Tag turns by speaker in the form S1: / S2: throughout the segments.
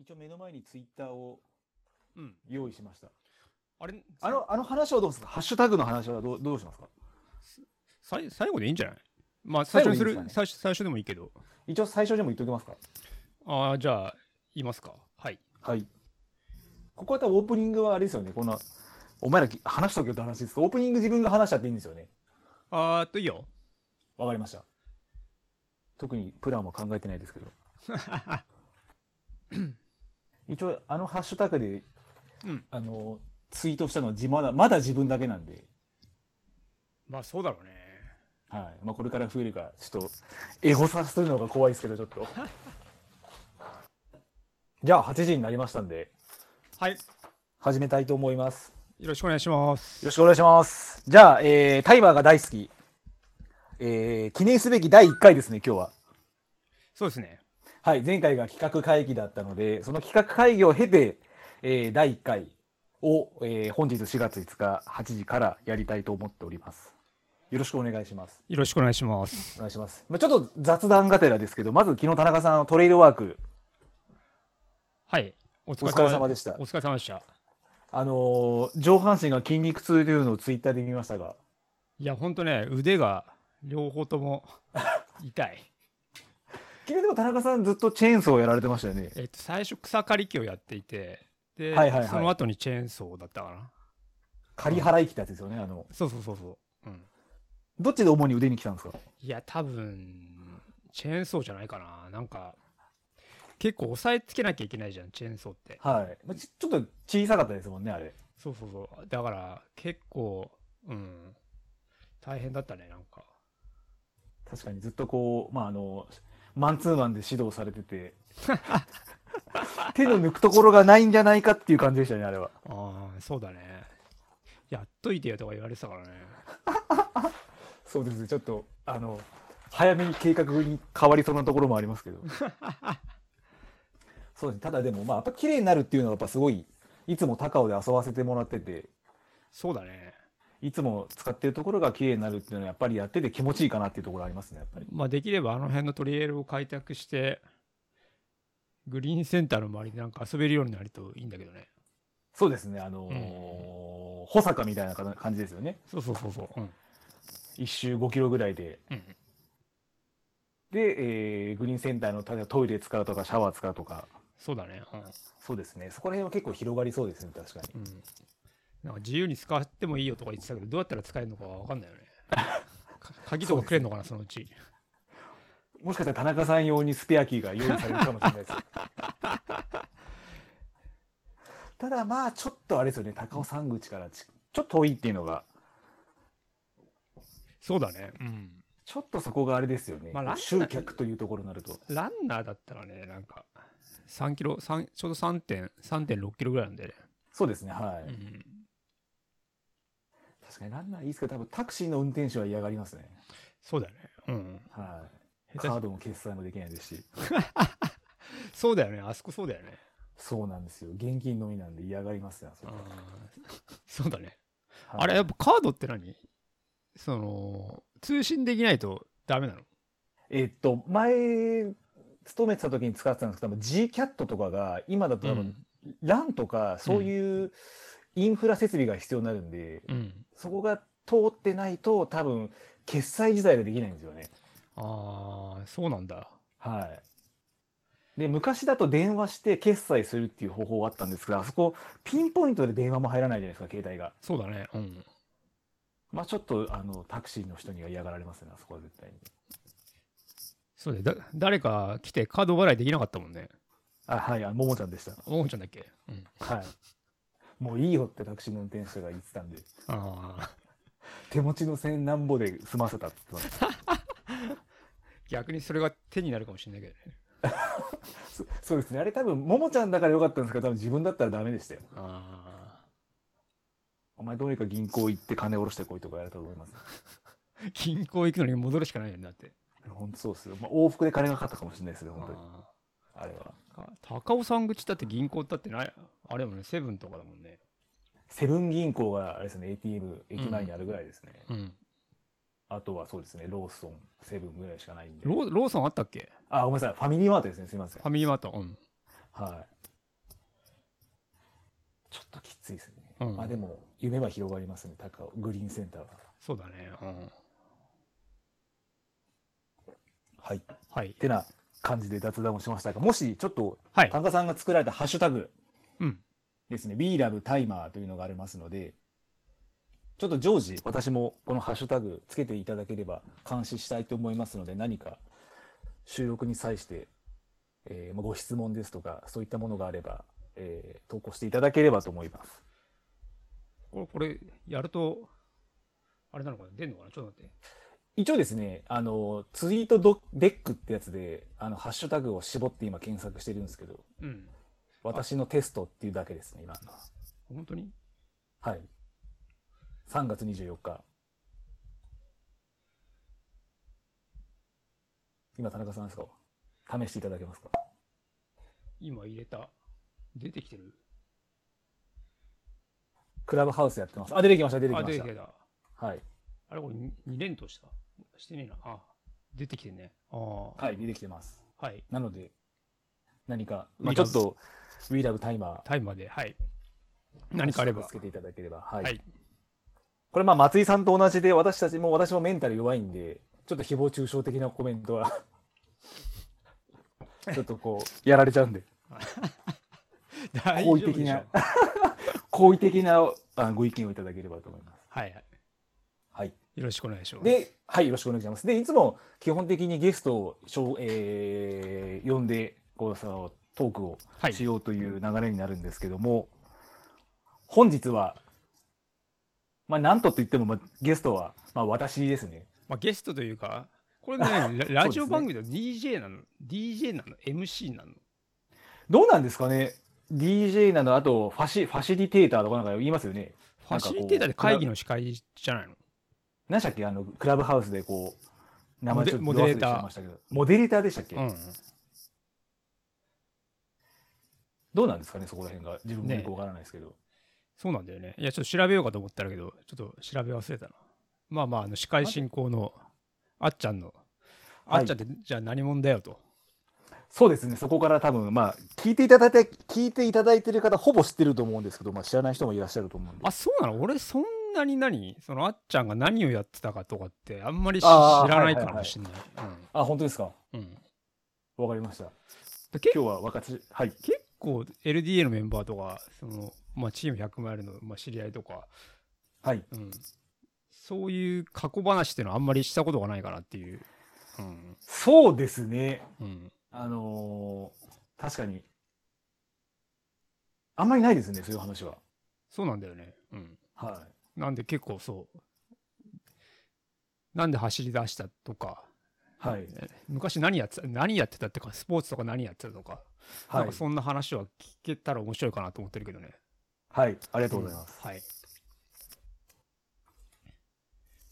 S1: 一応目の前にツイッターを
S2: うん。
S1: 用意しました。
S2: あれ、
S1: あの、あの話はどうですかハッシュタグの話はどうどうしますか
S2: さい最後でいいんじゃないまあ、最初にする
S1: 最後でいいんですか
S2: 最初、最初でもいいけど。
S1: 一応最初でも言っておきますか
S2: ああ、じゃあ、言いますか。はい。
S1: はい。ここは多分オープニングはあれですよね。こんな、お前らき話しとけよって話ですけど、オープニング自分が話しちゃっていいんですよね。
S2: あーっと、いいよ。
S1: わかりました。特にプランも考えてないですけ ど。一応、あのハッシュタグで、
S2: うん
S1: あの、ツイートしたのは自まだ、まだ自分だけなんで、
S2: まあ、そうだろうね。
S1: はい。まあ、これから増えるから、ちょっと、エゴさするのが怖いですけど、ちょっと。 じゃあ、8時になりましたんで、
S2: はい。よ
S1: 始めたいと思います。
S2: ろしくお願いします。
S1: よろしくお願いします。じゃあ、えー、タイマーが大好き。えー、記念すべき第1回ですね、今日は。
S2: そうですね。
S1: はい、前回が企画会議だったので、その企画会議を経て、えー、第1回を、えー、本日4月5日8時からやりたいと思っております。よろしくお願いします。
S2: よろしくお願いします。
S1: お願いします。まあ、ちょっと雑談がてらですけど、まず昨日田中さんのトレイルワーク、
S2: はい。お疲
S1: お疲れ様でした
S2: お。疲れ様でした。
S1: あのー上半身が筋肉痛というのをツイッターで見ましたが、
S2: いや、ほんとね、腕が両方と も痛い。
S1: 昨日でも田中さんずっとチェーンソーをやられてましたよね。
S2: えっと、最初、草刈り機をやっていて、で、
S1: はいはいはい
S2: その後にチェーンソーだったかな。
S1: 仮払いきたやつですよね、あの。
S2: そうそうそうそう。うん。
S1: どっちで主に腕に来たんですか
S2: いや、多分、チェーンソーじゃないかな。なんか、結構押さえつけなきゃいけないじゃん、チェーンソーって。
S1: はい、まあち。ちょっと小さかったですもんね、あれ。
S2: そうそうそう。だから、結構、うん、大変だったね、なんか。
S1: 確かにずっとこう、まあ、あの、マンツーマンで指導されてて、手の抜くところがないんじゃないかっていう感じでしたね、あれは。
S2: ああ、そうだね。やっといてよとか言われてたからね。
S1: そうですね、ちょっと、あの、早めに計画に変わりそうなところもありますけど。そうですね、ただでも、まあ、やっぱ綺麗になるっていうのはやっぱすごい、いつも高尾で遊ばせてもらってて、
S2: そうだね。
S1: いつも使ってるところが綺麗になるっていうのはやっぱりやってて気持ちいいかなっていうところありますね、やっぱり。
S2: まあ、できればあの辺のトリエルを開拓して、グリーンセンターの周りでなんか遊べるようになるといいんだけどね。
S1: そうですね、あのー保坂みたいなかな感じですよね。
S2: そうそうそうそう。うん。
S1: 一周5キロぐらいで。
S2: うん、
S1: で、えーグリーンセンターの例えばトイレ使うとか、シャワー使うとか。
S2: そうだね。
S1: そうですね、そこら辺は結構広がりそうですね、確かに。
S2: うん。うん、なんか自由に使ってもいいよとか言ってたけど、どうやったら使えるのかわかんない よね。か鍵とかくれんのかな、そのうち。
S1: もしかしたら田中さん用にスペアキーが用意されるかもしれないです。 ただまあ、ちょっとあれですよね、高尾山口からちちょっと遠いっていうのが、
S2: そうだね。うん。
S1: ちょっとそこがあれですよね。
S2: まあランナー
S1: 集客というところになると。
S2: ランナーだったらね、なんか、3キロ、3ちょうど3点、3.6キロぐらいなんでね。
S1: そうですね、はい。
S2: うん
S1: 確かにランナーいいですけど、多分タクシーの運転手は嫌がりますね。
S2: そうだよね。うん。
S1: はい。
S2: 下手し
S1: カードも決済もできないですし、
S2: そうだよね。あそこそうだよね。
S1: そうなんですよ。現金のみなんで嫌がりますね。 あそこ
S2: うんそうだね。
S1: はい
S2: あれ、やっぱカードって何その、通信できないとダメなの
S1: えっと、前、勤めてた時に使ってたんですけど、多分 Gcat とかが、今だと多分、LAN とか、そういうインフラ設備が必要になるんで、
S2: うん。
S1: そこが通ってないと、多分、決済自体ができないんですよね。
S2: ああ、そうなんだ。
S1: はい。で、昔だと電話して決済するっていう方法があったんですが、あそこ、ピンポイントで電話も入らないじゃないですか、携帯が。
S2: そうだね。うん。
S1: まあちょっと、あの、タクシーの人には嫌がられますね、あそこは絶対に。
S2: そうだよだ誰か来てカード払いできなかったもんね。
S1: あ、はい、あの、ももちゃんでした。
S2: おもちゃんだっけうん。
S1: はい。もういいよってタクシーの運転手が言ってたんで、
S2: ああ、
S1: 手持ちの千何ぼで済ませたって言ってまし
S2: 逆にそれが手になるかもしれないけどね。
S1: たそそうですね。あれ多分、ももちゃんだからよかったんですけど、多分自分だったらダメでしたよ。
S2: ああ。
S1: お前どうにか銀行行って金下ろしてこいとかやると思います。
S2: 銀行行くのに戻るしかないよねだって
S1: 本当そうですよ。まあ、往復で金がかかったかもしれないですね、本当に。
S2: あ
S1: あれは。
S2: ー高尾山口だって銀行だってないあれもねセブンとかだもんね
S1: セブン銀行が、あれですね、ATM、駅前にあるぐらいですね。
S2: うん
S1: あとはそうですね、ローソン、セブンぐらいしかないんで。
S2: ローローソンあったっけ
S1: あ、ごめんなさい。ファミリーマートですね、すいません
S2: フ。ァミリーマートうん
S1: はい。ちょっときついですね。
S2: うん
S1: まあでも、夢は広がりますね、高尾、グリーンセンターは。
S2: そうだね。うん。
S1: はい。
S2: はい
S1: っ。てな感じで雑談をしましたが、もしちょっと、
S2: はい。
S1: 田中さんが作られたハッシュタグ
S2: うん。
S1: ですね、We Love Timer というのがありますので、ちょっと常時、私もこのハッシュタグつけていただければ監視したいと思いますので、何か収録に際して、えーまあご質問ですとか、そういったものがあれば、えー投稿していただければと思います。
S2: これ、これやると、あれなのかな出んのかなちょっと待って。
S1: 一応ですね、あの、ツイートドデックってやつで、あの、ハッシュタグを絞って今検索してるんですけど、
S2: うん。
S1: 私のテストっていうだけですね、今。
S2: 本当に
S1: はい。3月24日。今、田中さんですか試していただけますか
S2: 今入れた。出てきてる
S1: クラブハウスやってます。あ、出てきました、出てき
S2: あ、
S1: ま
S2: 出
S1: してた
S2: き。てた。
S1: はい。
S2: あれこれに2連投したしてねえな。あ、出てきてんね。ああ。
S1: はい、出てきてます。
S2: はい。
S1: なので、何か、
S2: ま
S1: ま
S2: あ
S1: あ、ちょっと、We Love Timer、
S2: タイマーで、はい。何かあれば
S1: つ。けていただければ。はい。
S2: はい
S1: これ、まあ、松井さんと同じで、私たちも、私もメンタル弱いんで、ちょっと誹謗中傷的なコメントは、ちょっとこう、やられちゃうんで。
S2: 大丈
S1: 好意
S2: 夫
S1: 的
S2: でしょ
S1: な
S2: う。、
S1: 好意的なあご意見をいただければと思います。
S2: はいはい。
S1: はい。
S2: よろしくお願いします。
S1: で、はい、よろしくお願いします。で、いつも基本的にゲストをしょ、えー呼んで、こうさ、トークを
S2: はい。
S1: しようという流れになるんですけども、本日は、まあ、なんとと言っても、まあ、ゲストは、まあ、私ですね。
S2: まあ、ゲストというか、こ れね、ララジオ番組の DJ なの、DJ なの、MC なの。
S1: どうなんですかね DJ など、あとファシ、ファシリテーターとかなんか言いますよね。
S2: フ
S1: な
S2: ァ
S1: んかこう
S2: シリテーターで会議の司会じゃないの
S1: 何でしたっけあの、クラブハウスでこう、名前ちょっと
S2: モデ
S1: 忘れ
S2: モデレー
S1: ち
S2: ター
S1: ゃいましたけど。モデレーターでしたっけ、
S2: うん。
S1: どうなんですかね、そこら辺が。自分もよくわからないですけど。
S2: そうなんだよね。いや、ちょっと調べようかと思ったけど、ちょっと調べ忘れたな。まあまあ、あの司会進行のあっちゃんの、
S1: はい
S2: あっちゃんってじゃあ何者だよと。
S1: そうですね、そこから多分、まあ、聞いていただいて、聞いていただいてる方、ほぼ知ってると思うんですけど、まあ、知らない人もいらっしゃると思うんで。
S2: あ、そうなの俺、そんなに何そのあっちゃんが何をやってたかとかって、あんまりし知
S1: あー
S2: らない
S1: はいは
S2: か
S1: いはい
S2: もしれない。
S1: あ、本当ですか。
S2: うん。うん。
S1: わかりました。
S2: でけ
S1: 今日は私、はい。
S2: 結構 LDA のメンバーとか、その、まあ、チーム100マイルの、まあ、知り合いとか、
S1: はい。
S2: うん。そういう過去話っていうのはあんまりしたことがないかなっていう。うん。
S1: そうですね。
S2: うん。
S1: あのー確かに。あんまりないですね、そういう話は。
S2: そうなんだよね。うん。
S1: は
S2: なんで結構そう。なんで走り出したとか、
S1: い。はい。
S2: 昔何やってた、何やってたってか、スポーツとか何やってたとか、
S1: は
S2: なん
S1: い
S2: か。そんな話は聞けたら面白いかなと思ってるけどね。
S1: はい。ありが
S2: あ
S1: とうございます。。
S2: はい。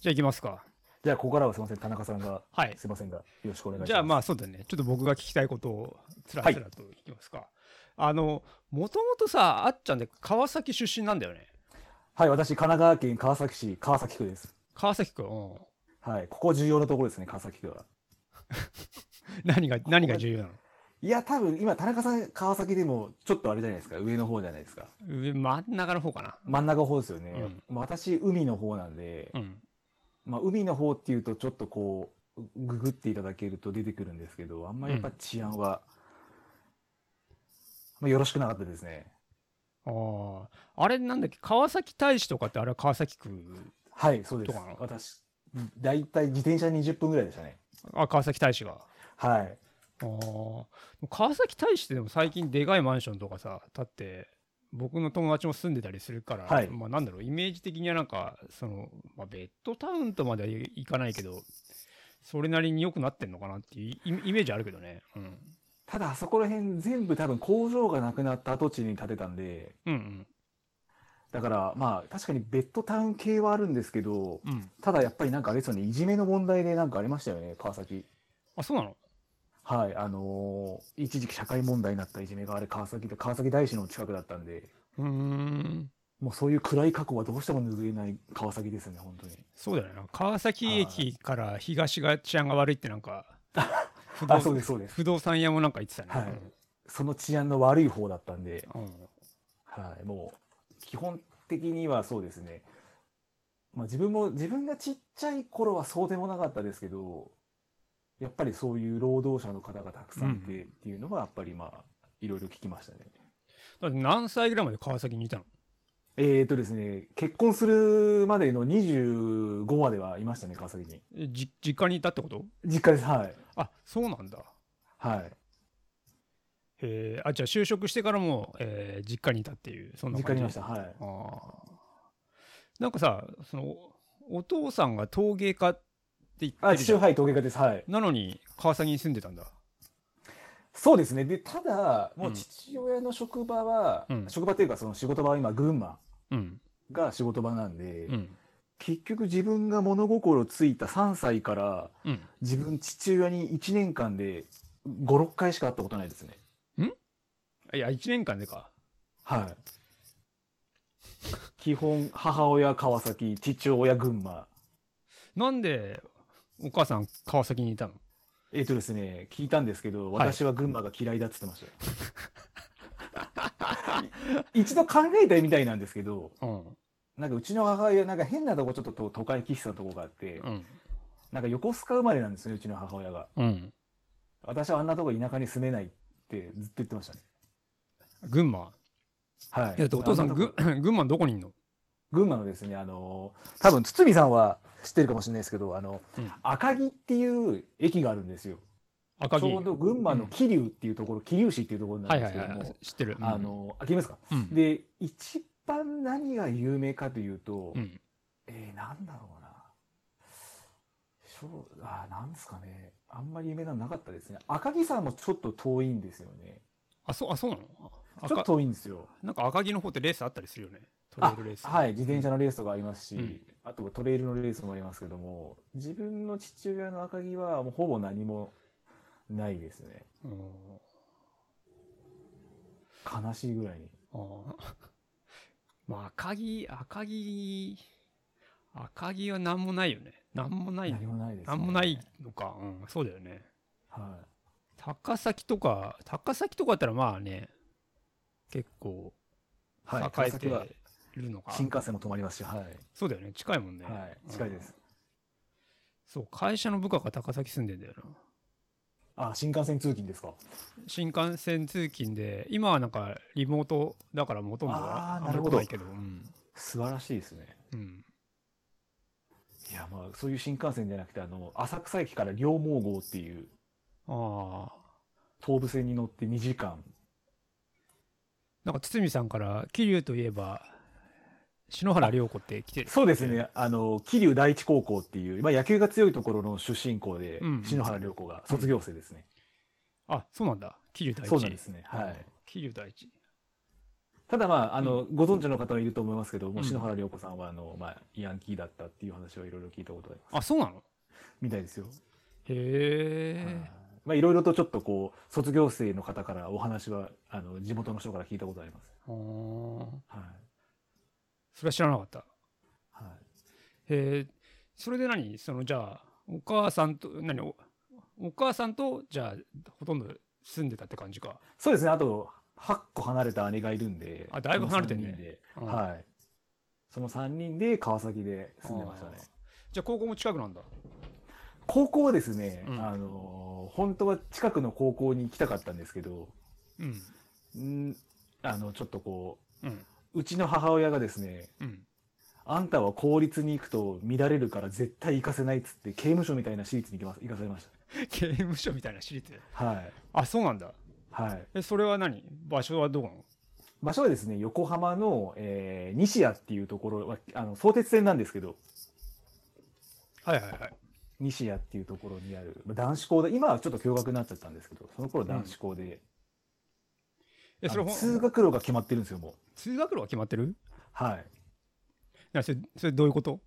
S2: じゃあ行きますか。
S1: じゃあ、ここからはすいません、田中さんが、
S2: はい。
S1: すいませんが、よろしくお願いします。
S2: じゃあまあそうだね。ちょっと僕が聞きたいことをつらつらと聞きますか。あの、もともとさ、あっちゃんで川崎出身なんだよね。
S1: はい、私、神奈川県川崎市川崎区です。
S2: 川崎くん。うん
S1: はい、ここ重要なところですね、川崎区は。
S2: 何が、何が重要ない
S1: や、多分今、田中さん、川崎でも、ちょっとあれじゃないですか、上の方じゃないですか。
S2: の上、真ん中の方かな。
S1: 真ん中の方ですよね。
S2: うん
S1: まあ私、海の方なんで、
S2: うん。
S1: まあ、海の方っていうと、ちょっとこう、ググっていただけると出てくるんですけど、あんまりやっぱ治安は、まあ、よろしくなかったですね。
S2: ああ。あれなんだっけ、川崎大使とかってあれは川崎区、
S1: はい、そうです
S2: どうなの。
S1: 私、だいたい自転車20分ぐらいでしたね。
S2: あ、川崎大使が。
S1: はい。
S2: ああ。川崎大使ってでも最近でかいマンションとかさ、建って、僕の友達も住んでたりするから、
S1: はい
S2: まあなんだろう、イメージ的にはなんか、その、まあベッドタウンとまではいかないけど、それなりに良くなってんのかなっていうイイメージあるけどね。うん。
S1: ただ、あそこら辺全部多分工場がなくなった跡地に建てたんで、
S2: うん
S1: だから、まあ、確かにベッドタウン系はあるんですけど、
S2: うん。うん。
S1: ただやっぱりなんかあれですよね、いじめの問題でなんかありましたよね、川崎。
S2: あ、そうなの
S1: はい、あのー一時期社会問題になったいじめがあれ、川崎で、川崎大師の近くだったんで、
S2: うーん。
S1: もうそういう暗い過去はどうしても拭えない川崎ですね、本当に。
S2: そうだよな。川崎駅から東が治安が悪いってなんか、不
S1: あ、そうです、そうです。
S2: 不動産屋もなんか言ってたね。
S1: はいその治安の悪い方だったんで、
S2: うん
S1: はい、もう、基本的にはそうですね。まあ自分も、自分がちっちゃい頃はそうでもなかったですけど、やっぱりそういう労働者の方がたくさんいてっていうのは、やっぱりまあ、いろいろ聞きましたね。
S2: だって何歳ぐらいまで川崎にいたの
S1: えーとですね、結婚するまでの25まではいましたね、川崎に。
S2: えじ実家にいたってこと
S1: 実家です。はい。
S2: あそうなんだ。
S1: はい。
S2: えー、あじゃあ就職してからも、えー実家にいたっていうそんな
S1: 実家
S2: 感
S1: に
S2: じ
S1: いました。はい。
S2: あーなんかさそのお父さんが陶芸家って言って
S1: あ、
S2: るじ
S1: 父
S2: ゃん
S1: 親、はい、陶芸家です。はい。
S2: なのに川崎に住んでたんだ
S1: そうですね。で、ただ、もううん父親の職場は、
S2: うん
S1: 職場というか、その仕事場は今、群馬
S2: うん
S1: が仕事場なんで、
S2: うん
S1: 結局自分が物心ついた3歳から、
S2: うん
S1: 自分父親に1年間で5、6回しか会ったことないですね。
S2: いや1年間でか
S1: はい。基本、母親川崎、父親群馬。
S2: なんでお母さん川崎にいたの
S1: えっ、とですね、聞いたんですけど、
S2: はい
S1: 私は群馬が嫌いだって言ってましたよ。 一度考えたみたいなんですけど、
S2: うん
S1: なんかうちの母親、なんか変なとこちょっとと都会喫茶のとこがあって、
S2: うん
S1: なんか横須賀生まれなんですね、うちの母親が。
S2: うん
S1: 私はあんなとこ田舎に住めないってずっと言ってましたね。
S2: 群馬
S1: はい。
S2: いやだってお父さん
S1: あな
S2: ぐ
S1: た
S2: 群馬どこにいんの
S1: 群馬のですね、あのー、多分、堤さんは知ってるかもしれないですけど、あの、
S2: うん
S1: 赤城っていう駅があるんですよ。
S2: 赤
S1: ち
S2: 城
S1: ょうど群馬の
S2: うん
S1: 桐生っていうところ、桐生市っていうところな
S2: は
S1: ん
S2: い
S1: で
S2: は
S1: す
S2: い
S1: けど
S2: は
S1: も
S2: い、知ってる、うん
S1: あの、あ、決めますか。
S2: うん
S1: で、一番何が有名かというと
S2: う、ん
S1: えー、なんだろうな。しょうあー、なんですかね。あんまり夢がなかったですね。赤城さんもちょっと遠いんですよね。
S2: あそうあそうなのあ
S1: ちょっと
S2: 赤
S1: 遠いんですよ。
S2: なんか赤城の方ってレースあったりするよね。トレ
S1: あ
S2: イルレース。
S1: はい、自転車のレースとかありますし、
S2: うん
S1: あとトレイルのレースもありますけども、自分の父親の赤城はもうほぼ何もないですね。
S2: うん。
S1: 悲しいぐらいに。
S2: あー まあ、赤城、赤城、赤城は何もないよね。何もない。
S1: 何もないです、ね。
S2: 何もない。のか。うん、そうだよね。
S1: は
S2: 高崎とか、高崎とかだったらまあね、結構、
S1: い。はい、川
S2: 栄えて
S1: 崎は
S2: るのか。
S1: 新幹線も止まりますし、はい。
S2: そうだよね。近いもんね。
S1: はい、近いです。
S2: そう、会社の部下が高崎住んでんだよな。
S1: あ、新幹線通勤ですか。
S2: 新幹線通勤で、今はなんかリモートだからほとんど
S1: あー
S2: は
S1: なるほど
S2: あんまり来ないけど。うん
S1: 素晴らしいですね。
S2: うん。
S1: いや、まあ、そういう新幹線じゃなくて、あの、浅草駅から両毛号っていう
S2: ああ。
S1: 東武線に乗って2時間。
S2: なんか堤さんから、桐生といえば、篠原涼子って来てる。
S1: そうですね、あの、桐生第一高校っていう、まあ、野球が強いところの出身校で、
S2: うん
S1: 篠原涼子が卒業生ですね。
S2: あ、そうなんだ。桐生大地。
S1: そうなんですね。はい。
S2: 桐生大地。
S1: ただまあ、あの、ご存知の方はいると思いますけども、
S2: うん
S1: 篠原涼子さんは、あの、まあ、ヤンキーだったっていう話はいろいろ聞いたことがあります。
S2: あ、そうなの
S1: みたいですよ。
S2: へ
S1: はい
S2: え。
S1: まあ、いろいろとちょっとこう、卒業生の方からお話は、あの、地元の人から聞いたことあります。
S2: あー
S1: はい。
S2: それは知らなかった。
S1: はい。
S2: へえ。それで何その、じゃあ、お母さんと、何おお母さんと、じゃあ、ほとんど住んでたって感じか。
S1: そうですね、あと、8個離れた姉がいるんで。
S2: あだいぶ離れてん
S1: そ
S2: ね
S1: の三人で
S2: うん
S1: はい。その3人で川崎で住んでましたね。
S2: じゃあ、高校も近くなんだ。
S1: 高校はですね、
S2: うん
S1: あのー本当は近くの高校に行きたかったんですけど、
S2: うん。
S1: んあの、ちょっとこ
S2: うん。
S1: う、うちの母親がですね、
S2: うん。
S1: あんたは公立に行くと乱れるから絶対行かせないっつって刑務所みたいな私立に行きます行かされまし
S2: 刑務所みたいな私立。
S1: た。はい。
S2: あ、そうなんだ。
S1: はい。
S2: え、それは何場所はどこなの
S1: 場所はですね、横浜の、えー西谷っていうところは、あの、相鉄線なんですけど、
S2: はいはいはい。
S1: 西谷っていうところにある、まあ男子校で、今はちょっと共学になっちゃったんですけど、その頃男子校で、
S2: え、それ
S1: あ
S2: ほ
S1: の
S2: ん
S1: 通学路が決まってるんですよ、もう。
S2: 通学路は決まってる
S1: はい。
S2: なそれそれどういうこと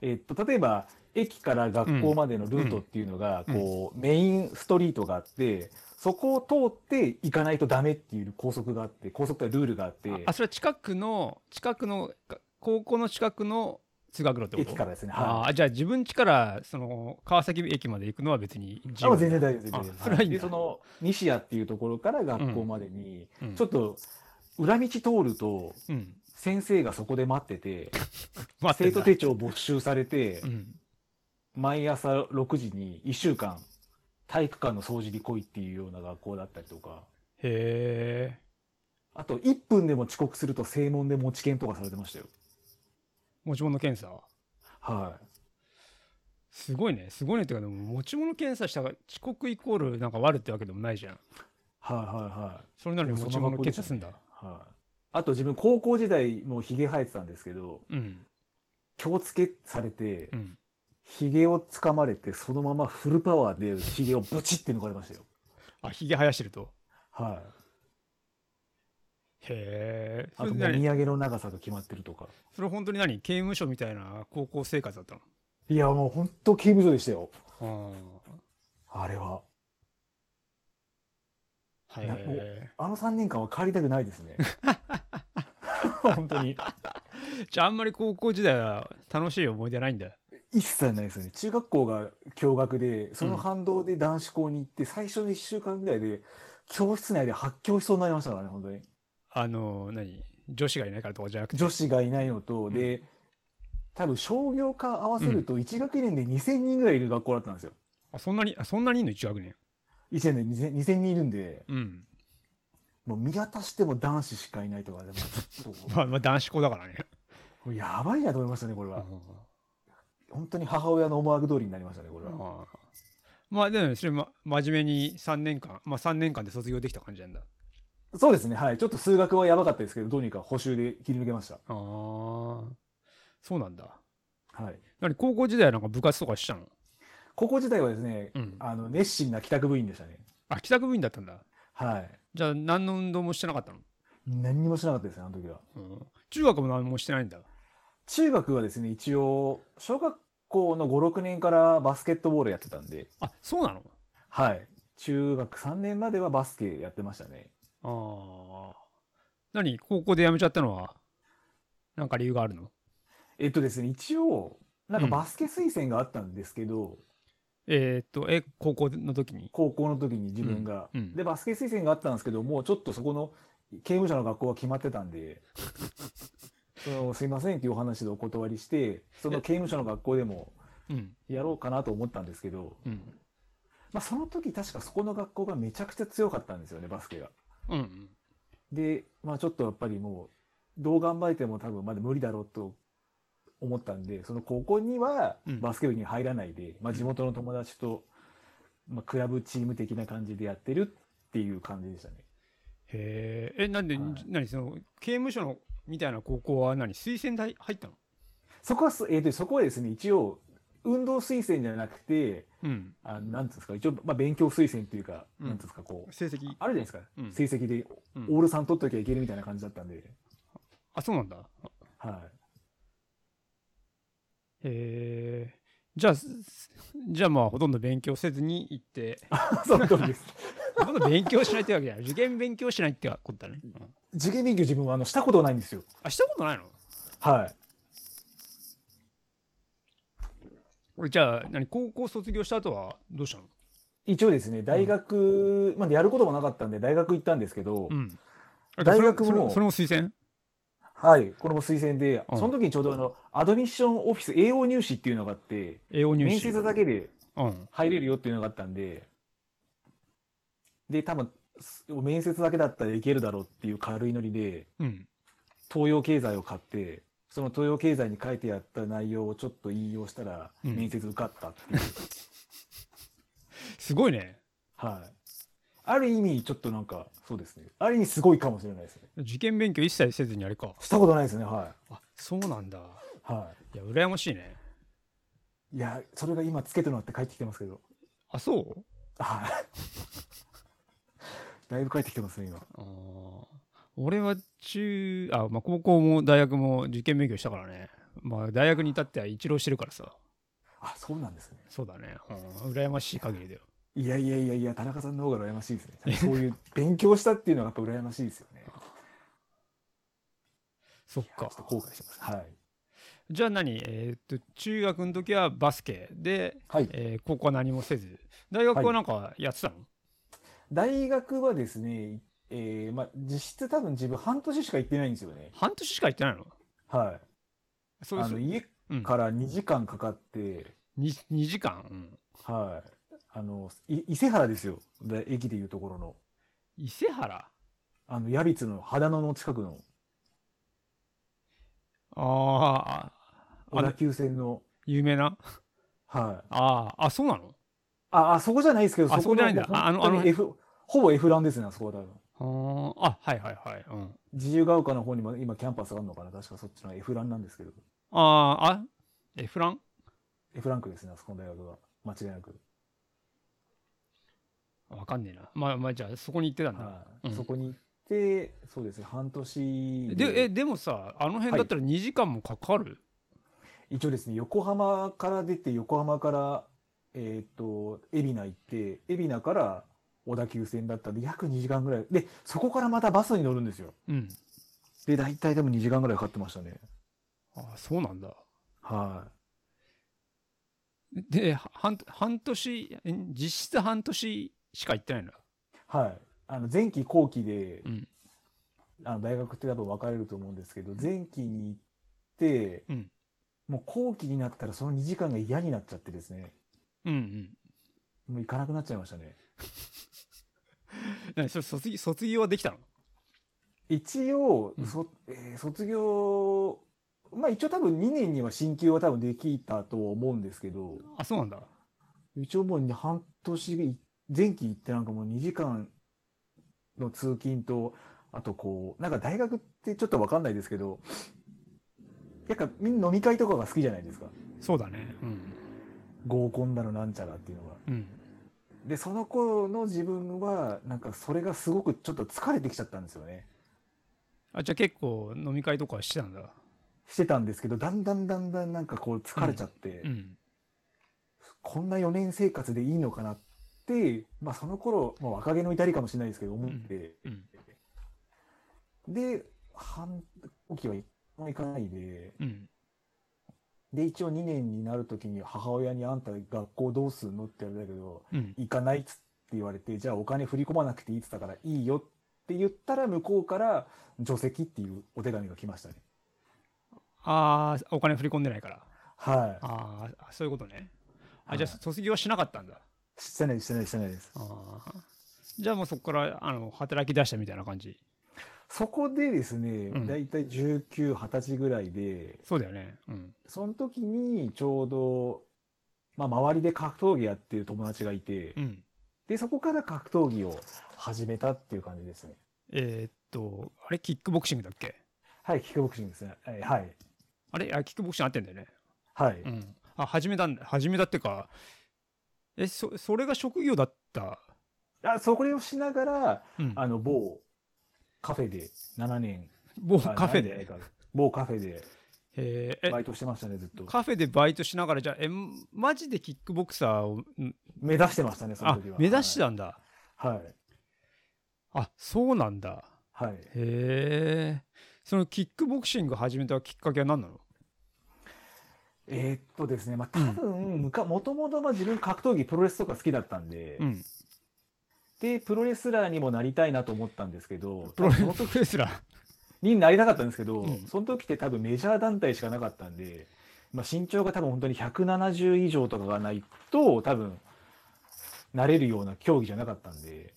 S1: えっと、例えば、駅から学校までのルートっていうのが、
S2: うん
S1: こう、メインストリートがあって、そこを通って行かないとダメっていう校則があって、校則というかルールがあって
S2: あ、あそれは近くの近くのか高校の近くの通学路ってこと
S1: 駅からですね。
S2: あ
S1: はい。
S2: ーじゃあ自分家からその川崎駅まで行くのは別に自
S1: あ、もう全
S2: 由
S1: 然大丈夫です。
S2: あ
S1: 全然
S2: それはいいんだ
S1: で、その、西谷っていうところから学校までに、
S2: うん
S1: ちょっと、裏道通ると、
S2: うん
S1: 先生がそこで待ってて、
S2: 待
S1: 生
S2: って
S1: 徒
S2: んだ
S1: 手帳没収されて
S2: う、ん。
S1: 毎朝6時に1週間、体育館の掃除に来いっていうような学校だったりとか、
S2: へえ。
S1: あと1分でも遅刻すると正門で持ち券とかされてましたよ。
S2: 持ち物検査。
S1: はい。
S2: すごいね。すごいねっていうか、でも持ち物検査したが遅刻イコールなんか悪ってわけでもないじゃん。
S1: はいはいはい。
S2: それなのに
S1: で
S2: 持
S1: も
S2: ち
S1: そんな
S2: 物
S1: 学校
S2: 検
S1: で
S2: 査
S1: した
S2: すんだ。
S1: はい。あと自分高校時代もうヒゲ生えてたんですけど、
S2: うん。
S1: 気をつけされて
S2: う、ん。
S1: ヒゲをつかまれて、そのままフルパワーでヒゲをブチって抜かれましたよ。
S2: あ、ひげ生やしてると。
S1: はい。
S2: へえ。そ
S1: あ
S2: れ
S1: と、も
S2: 何
S1: みあげの長さが決まってるとか。
S2: それ本当に何刑務所みたいな高校生活だった
S1: いや、もう本当刑務所でしたよ。
S2: の
S1: あれは。
S2: ああ。へえ。
S1: あの3年間は帰りたくないですね。本当に。
S2: じゃああんまり高校時代は楽しい思い出ないんだ。
S1: 一切ないですよね。中学校が共学で、その反動で男子校に行って、最初の1週間ぐらいで、教室内で発狂しそうになりましたからね、本当に。
S2: あの、何女子がいないからとかじゃなくて。
S1: 女子がいないのと、で、多分商業科合わせると1学年で2000人ぐらいいる学校だったんですよ。
S2: あ、そんなに、あそんなにいいの一学年。
S1: 1年で 2000, 2000人いるんで、
S2: うん。
S1: もう見渡しても男子しかいないとか、でもちょっと
S2: まあ、まあ、男子校だからね。
S1: もうやばいなと思いましたね、これ
S2: あ
S1: は。本当に母親の思惑通りになりましたね、これは。
S2: あまあ、でも、それ、ま、真面目に3年間、まあ3年間で卒業できた感じなんだ。
S1: そうですね、はい。ちょっと数学はやばかったですけど、どうにか補習で切り抜けました。
S2: ああ。そうなんだ。
S1: はい。
S2: 何高校時代はなんか部活とかしたの
S1: 高校時代はですね、
S2: うん
S1: あの、熱心な帰宅部員でしたね。
S2: あ、帰宅部員だったんだ。
S1: はい。
S2: じゃあ何の運動もしてなかったの、
S1: 何にもしなかったですね、あの時は。
S2: うん、中学も何もしてないんだ。
S1: 中学はですね、一応、小学校の5、6年からバスケットボールやってたんで、
S2: あ、そうなの
S1: はい。中学3年まではバスケやってましたね。
S2: ああ。何高校で辞めちゃったのは、なんか理由があるの
S1: えっとですね、一応、なんか
S2: うん
S1: バスケ推薦があったんですけど、
S2: えーっと、え、高校の時に。
S1: 高校の時に自分が。
S2: うんうん
S1: で、バスケ推薦があったんですけど、もうちょっとそこの刑務所の学校が決まってたんで、 そのすいませんっていうお話でお断りして、その刑務所の学校でも
S2: うん。
S1: やろうかなと思ったんですけど、
S2: うん。
S1: まあその時確かそこの学校がめちゃくちゃ強かったんですよね、バスケが。
S2: うんうん。
S1: で、まあちょっとやっぱりもう、どう頑張れても多分まだ無理だろうと思ったんで、その高校には
S2: うん
S1: バスケ部に入らないで、まあ地元の友達と、まあクラブチーム的な感じでやってるっていう感じでしたね。
S2: へえ、え、なんで、
S1: はい
S2: 何その、刑務所の、みたいな高校は何推薦で入ったの
S1: そこはす、えーと、そこはですね、一応、運動推薦じゃなくて、
S2: うん。
S1: あのなんていうんですか、一応、まあ勉強推薦というか、
S2: うん
S1: なんていうんですか、こう、
S2: 成績。
S1: あるじゃないですか、
S2: うん
S1: 成績で
S2: うん
S1: オール3取っときゃいけるみたいな感じだったんで、
S2: あ、そうなんだ。
S1: はい。
S2: へえ。じゃあ、すじゃあまあ、ほとんど勉強せずに行 って、
S1: その通りです。
S2: ほとんど勉強しないってわけじゃない。受験勉強しないってことだね。うん
S1: 受験勉強自分はあのしたことないんですよ。
S2: あ、したことないの
S1: はい。
S2: 俺じゃあ、何高校卒業した後はどうしたの
S1: 一応ですね、大学、まあ、やることもなかったんで、大学行ったんですけど、
S2: うん。
S1: 大学も
S2: それそれそれも推薦
S1: はい、これも推薦で、
S2: うん
S1: その時にちょうどあの、アドミッションオフィス、AO 入試っていうのがあって、
S2: 英語入試。
S1: 面接だけで
S2: うん。
S1: 入れるよっていうのがあったんで、で、多分、す面接だけだったらいけるだろうっていう軽いノリで、
S2: うん。
S1: 東洋経済を買って、その東洋経済に書いてあった内容をちょっと引用したら、
S2: うん
S1: 面接受かったっていう。
S2: すごいね。
S1: はい。ある意味、ちょっとなんか、そうですね。ある意味すごいかもしれないですね。
S2: 受験勉強一切せずにあれか。
S1: したことないですね、は
S2: あ、そうなんだ。
S1: い。はい。
S2: いや、羨ましいね。
S1: いや、それが今つけてもらって帰ってきてますけど。
S2: あ、そう
S1: はい。だいぶ 帰ってきてますね、今。
S2: あー俺は中、あ、まあ、高校も大学も受験勉強したからね。まあ、大学に至っては一浪してるからさ。
S1: あ、そうなんですね。
S2: そうだね。うん、羨ましい限りだよ。
S1: いやいやいやいや、田中さんの方が羨ましいです ね。そういう勉強したっていうのがやっぱ羨ましいですよね。
S2: そっ
S1: ちょ
S2: か
S1: っ。と後悔してます。はい。
S2: じゃあ何えーっと、中学の時はバスケで、
S1: はい。
S2: えー高校は何もせず。大学はなんかやってたの、
S1: 大学はですね、えーまあ、実質多分自分半年しか行ってないんですよね。
S2: 半年しか行ってないの
S1: はい。
S2: そう
S1: あ
S2: そ
S1: の
S2: う。
S1: 家
S2: うん、
S1: から2時間かかって、
S2: 2, 2時間、うん
S1: はい。あの、い伊勢原ですよ。で駅でいうところの。
S2: 伊勢原
S1: あの、ヤビツの秦野の近くの
S2: あーあ、
S1: 小
S2: あ
S1: 田
S2: の、
S1: 急線の、
S2: 有名な
S1: はい。
S2: ああ、あ、そうなの
S1: あ、あそこじゃないですけど、
S2: あそこじゃないんだ
S1: のもう
S2: ああの
S1: 本当に
S2: あの
S1: F ほぼ F ランですね、あそこは多分。
S2: あーあ、はいはいはい。うん、
S1: 自由が丘の方にも今キャンパスがあるのかな確かそっちの F ランなんですけど。
S2: ああ、あ、え、フラン
S1: F ランクですね、あそこの大学は。間違いなく。
S2: わかんねえな。まあまあ、じゃあそこに行ってたんだ。
S1: はい。
S2: うん
S1: そこに行って、そうですね、半年
S2: でえでもさあの辺だったら2時間もかかる、
S1: 一応ですね、横浜から出て、横浜から、えーっと、海老名行って、海老名から小田急線だったんで、約2時間ぐらい。で、そこからまたバスに乗るんですよ。
S2: うん
S1: で、大体多分2時間ぐらいかかってましたね。
S2: あそうなんだ
S1: は
S2: では半半年え実質半年しか行ってないんだ
S1: い。はい。あの、前期後期で、
S2: うん
S1: あの大学って多分分かれると思うんですけど、前期に行って、
S2: うん
S1: もう後期になったらその2時間が嫌になっちゃってですね、
S2: うんうん
S1: もう行かなくなっちゃいましたね。
S2: 何それ卒業卒業はできたの
S1: 一応
S2: うん、
S1: そえー卒業、まあ一応多分2年には進級は多分できたと思うんですけど、
S2: あそうなんだ
S1: 一応もう半年、前期行ってなんかもう2時間の通勤と、あとこう、なんか大学ってちょっとわかんないですけど、やっぱみんな飲み会とかが好きじゃないですか。
S2: そうだねうん
S1: 合コンだのなんちゃらっていうのが。
S2: うん
S1: で、その頃の自分は、なんかそれがすごくちょっと疲れてきちゃったんですよね。
S2: あじゃあ結構飲み会とかしてたんだ
S1: してたんですけど、だんだんだんだんなんかこう疲れちゃって、
S2: うん
S1: こんな4年生活でいいのかなって、まあその頃、まあ、若気の至りかもしれないですけど、思って、
S2: うん
S1: で、半期は一回も行かないで、
S2: うん
S1: で、一応2年になるときに母親にあんた学校どうすんのって言われたけど、
S2: うん
S1: 行かないっつって言われて、じゃあお金振り込まなくていいっつったからいいよって言ったら向こうから除籍っていうお手紙が来ましたね。
S2: ああお金振り込んでないから
S1: は
S2: ああそういうことねあ
S1: はい
S2: じゃあ卒業はしなかったんだ
S1: い。してない、してない、してないです。
S2: ああじゃあもうそこからあの働き出したみたいな感じ
S1: そこでですね
S2: うん、
S1: だいたい19、20歳ぐらいで、
S2: そうだよねうん
S1: その時にちょうど、まあ周りで格闘技やってる友達がいて
S2: う、ん
S1: で、そこから格闘技を始めたっていう感じですね。
S2: えーっと、あれ、キックボクシングだっけ
S1: はい、キックボクシングですね。えーはい。
S2: あれあ、キックボクシングあってんだよね。
S1: はい。
S2: うん。あ、始めたんだ、始めたってか、え、そ、それが職業だった。
S1: あ、それをしながら、
S2: うん。
S1: あの、某カフェで7年。
S2: 某
S1: あ
S2: カフェ。
S1: 7年
S2: で
S1: じ。ゃないか某カフェで
S2: えー
S1: バ
S2: え、
S1: イトしてましたね、ずっと。
S2: カフェでバイトしながら、じゃあ、え、マジでキックボクサーを、ん
S1: 目指してましたね、その
S2: あ
S1: 時は。、
S2: 目指してたんだ。
S1: はい。
S2: あ、そうなんだ。
S1: はい。はい
S2: へえ。そのキックボクシング始めたきっかけは何なの
S1: えーっとですね、まあ、多分、むか、もともとは自分格闘技、プロレスとか好きだったんで
S2: う、ん。
S1: で、プロレスラーにもなりたいなと思ったんですけど、
S2: プロレ
S1: その時
S2: プロレスラー。
S1: になりたかったんですけど、
S2: うん
S1: その時って多分メジャー団体しかなかったんで、まあ、身長が多分本当に170以上とかがないと、多分、なれるような競技じゃなかったんで、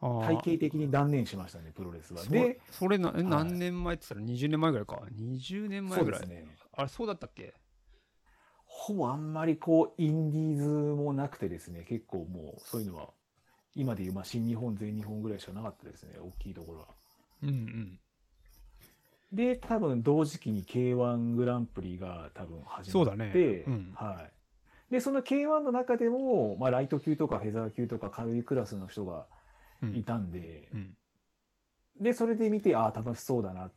S2: あー
S1: 体系的に断念しましたね、プロレスは。
S2: そ
S1: で、
S2: それな、え
S1: い
S2: 何年前って言ったら20年前ぐらいか20年前ぐらい
S1: そうですね
S2: あれそうだったっけ
S1: ほぼあんまりこう、インディーズもなくてですね、結構もう、そういうのは、今でいう、まあ、新日本、全日本ぐらいしかなかったですね、大きいところは。
S2: うんうん
S1: で、多分同時期に K1 グランプリが多分始まって、
S2: そうだねうん
S1: はい。で、その K1 の中でも、まあ、ライト級とかフェザー級とか軽いクラスの人が
S2: う
S1: い
S2: ん
S1: たんで、
S2: うん
S1: で、それで見て、ああ、楽しそうだな。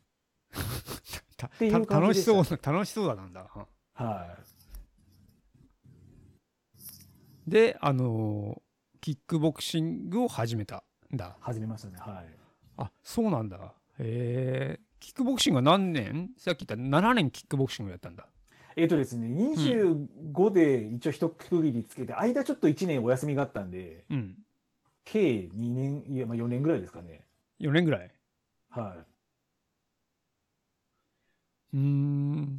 S2: た
S1: ていう
S2: た
S1: 感
S2: 楽
S1: じ
S2: し
S1: でした
S2: そうな楽しそうだなんだ
S1: は
S2: であのーキックボクシングを始めたんだ
S1: い。始めましたね。はい。
S2: あそうなんだへえキックボクシングは何年さっき言った7年キックボクシングやったんだ
S1: えっ、とですね、25で一応一区切りつけて、間ちょっと1年お休みがあったんで、
S2: うん
S1: 計2年、いや、まあ4年ぐらいですかね。
S2: 4年ぐらい
S1: は
S2: うーん。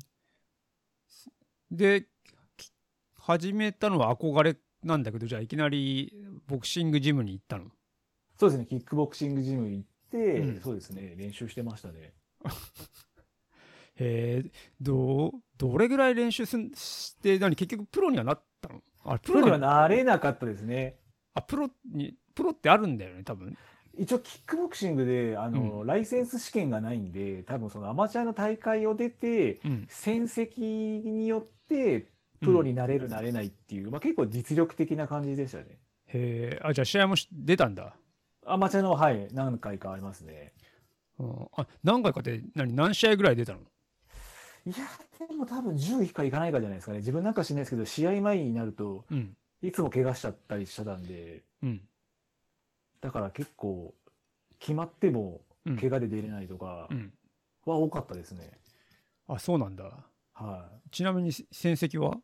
S2: で、き始めたのは憧れなんだけど、じゃあいきなりボクシングジムに行ったの。
S1: い。そうですね、キックボクシングジム行って、
S2: うん
S1: そうですね、練習してましたね。
S2: へえ、どう、どれぐらい練習すんして、何、結局プロにはなったのあ、
S1: プ
S2: プ
S1: ロには
S2: な
S1: なれなかったですね。
S2: あ、プロに、プロってあるんだよね、多分。
S1: 一応、キックボクシングで、あの、ライセンス試験がないんで、多分そのアマチュアの大会を出て、
S2: うん。
S1: 戦績によって、プロになれる、なれないっていう、まあ結構実力的な感じでしたね。
S2: へえ、あ、じゃあ試合もし出たんだ。
S1: アマチュアの、はい、何回かありますね。
S2: うん、あ、何回かで、何、何試合ぐらい出たの
S1: いや、でも多分10いくかいかないかじゃないですかね。自分なんかしないですけど、試合前になると、
S2: うん。
S1: いつも怪我しちゃったりしてたんで、
S2: うん。
S1: だから結構、決まっても
S2: うん
S1: 怪我で出れないとか
S2: うん。
S1: は多かったですね。
S2: あ、そうなんだ。
S1: は。
S2: ちなみにせ戦績は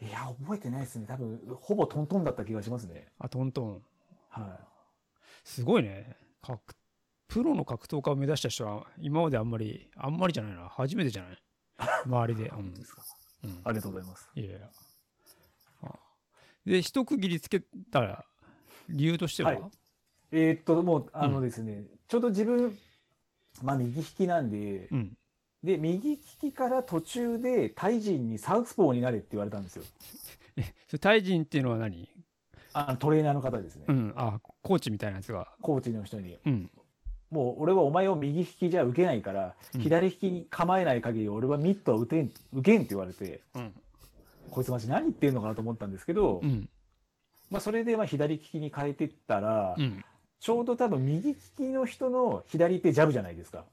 S2: い
S1: いや、覚えてないですね。多分、ほぼトントンだった気がしますね。
S2: あ、トントン。
S1: は
S2: すごいね。格プロの格闘家を目指した人は、今まであんまり、あんまりじゃないな。初めてじ ゃない周りで。うん
S1: い。ですか。
S2: うん
S1: ありがとうございます。
S2: いやいや。あで、一区切りつけたら、理由としては、
S1: はいえーっと、もう、あのですね、ちょうど自分、まあ、右利きなんで、
S2: うん。
S1: で、右利きから途中で、タイ人にサウスポーになれって言われたんですよ。
S2: え、それタイ人っていうのは何
S1: あのトレーナーの方ですね。
S2: うん。あ、コーチみたいなやつが。
S1: コーチの人に。
S2: うん。
S1: もう俺はお前を右利きじゃ受けないから、
S2: うん
S1: 左利きに構えない限り俺はミットは打てん、受けんって言われて、
S2: うん。
S1: こいつマジ何言ってんのかなと思ったんですけど、
S2: うん。
S1: まあそれでまあ左利きに変えてったら、
S2: うん。
S1: ちょうど多分右利きの人の左手ジャブじゃないですか。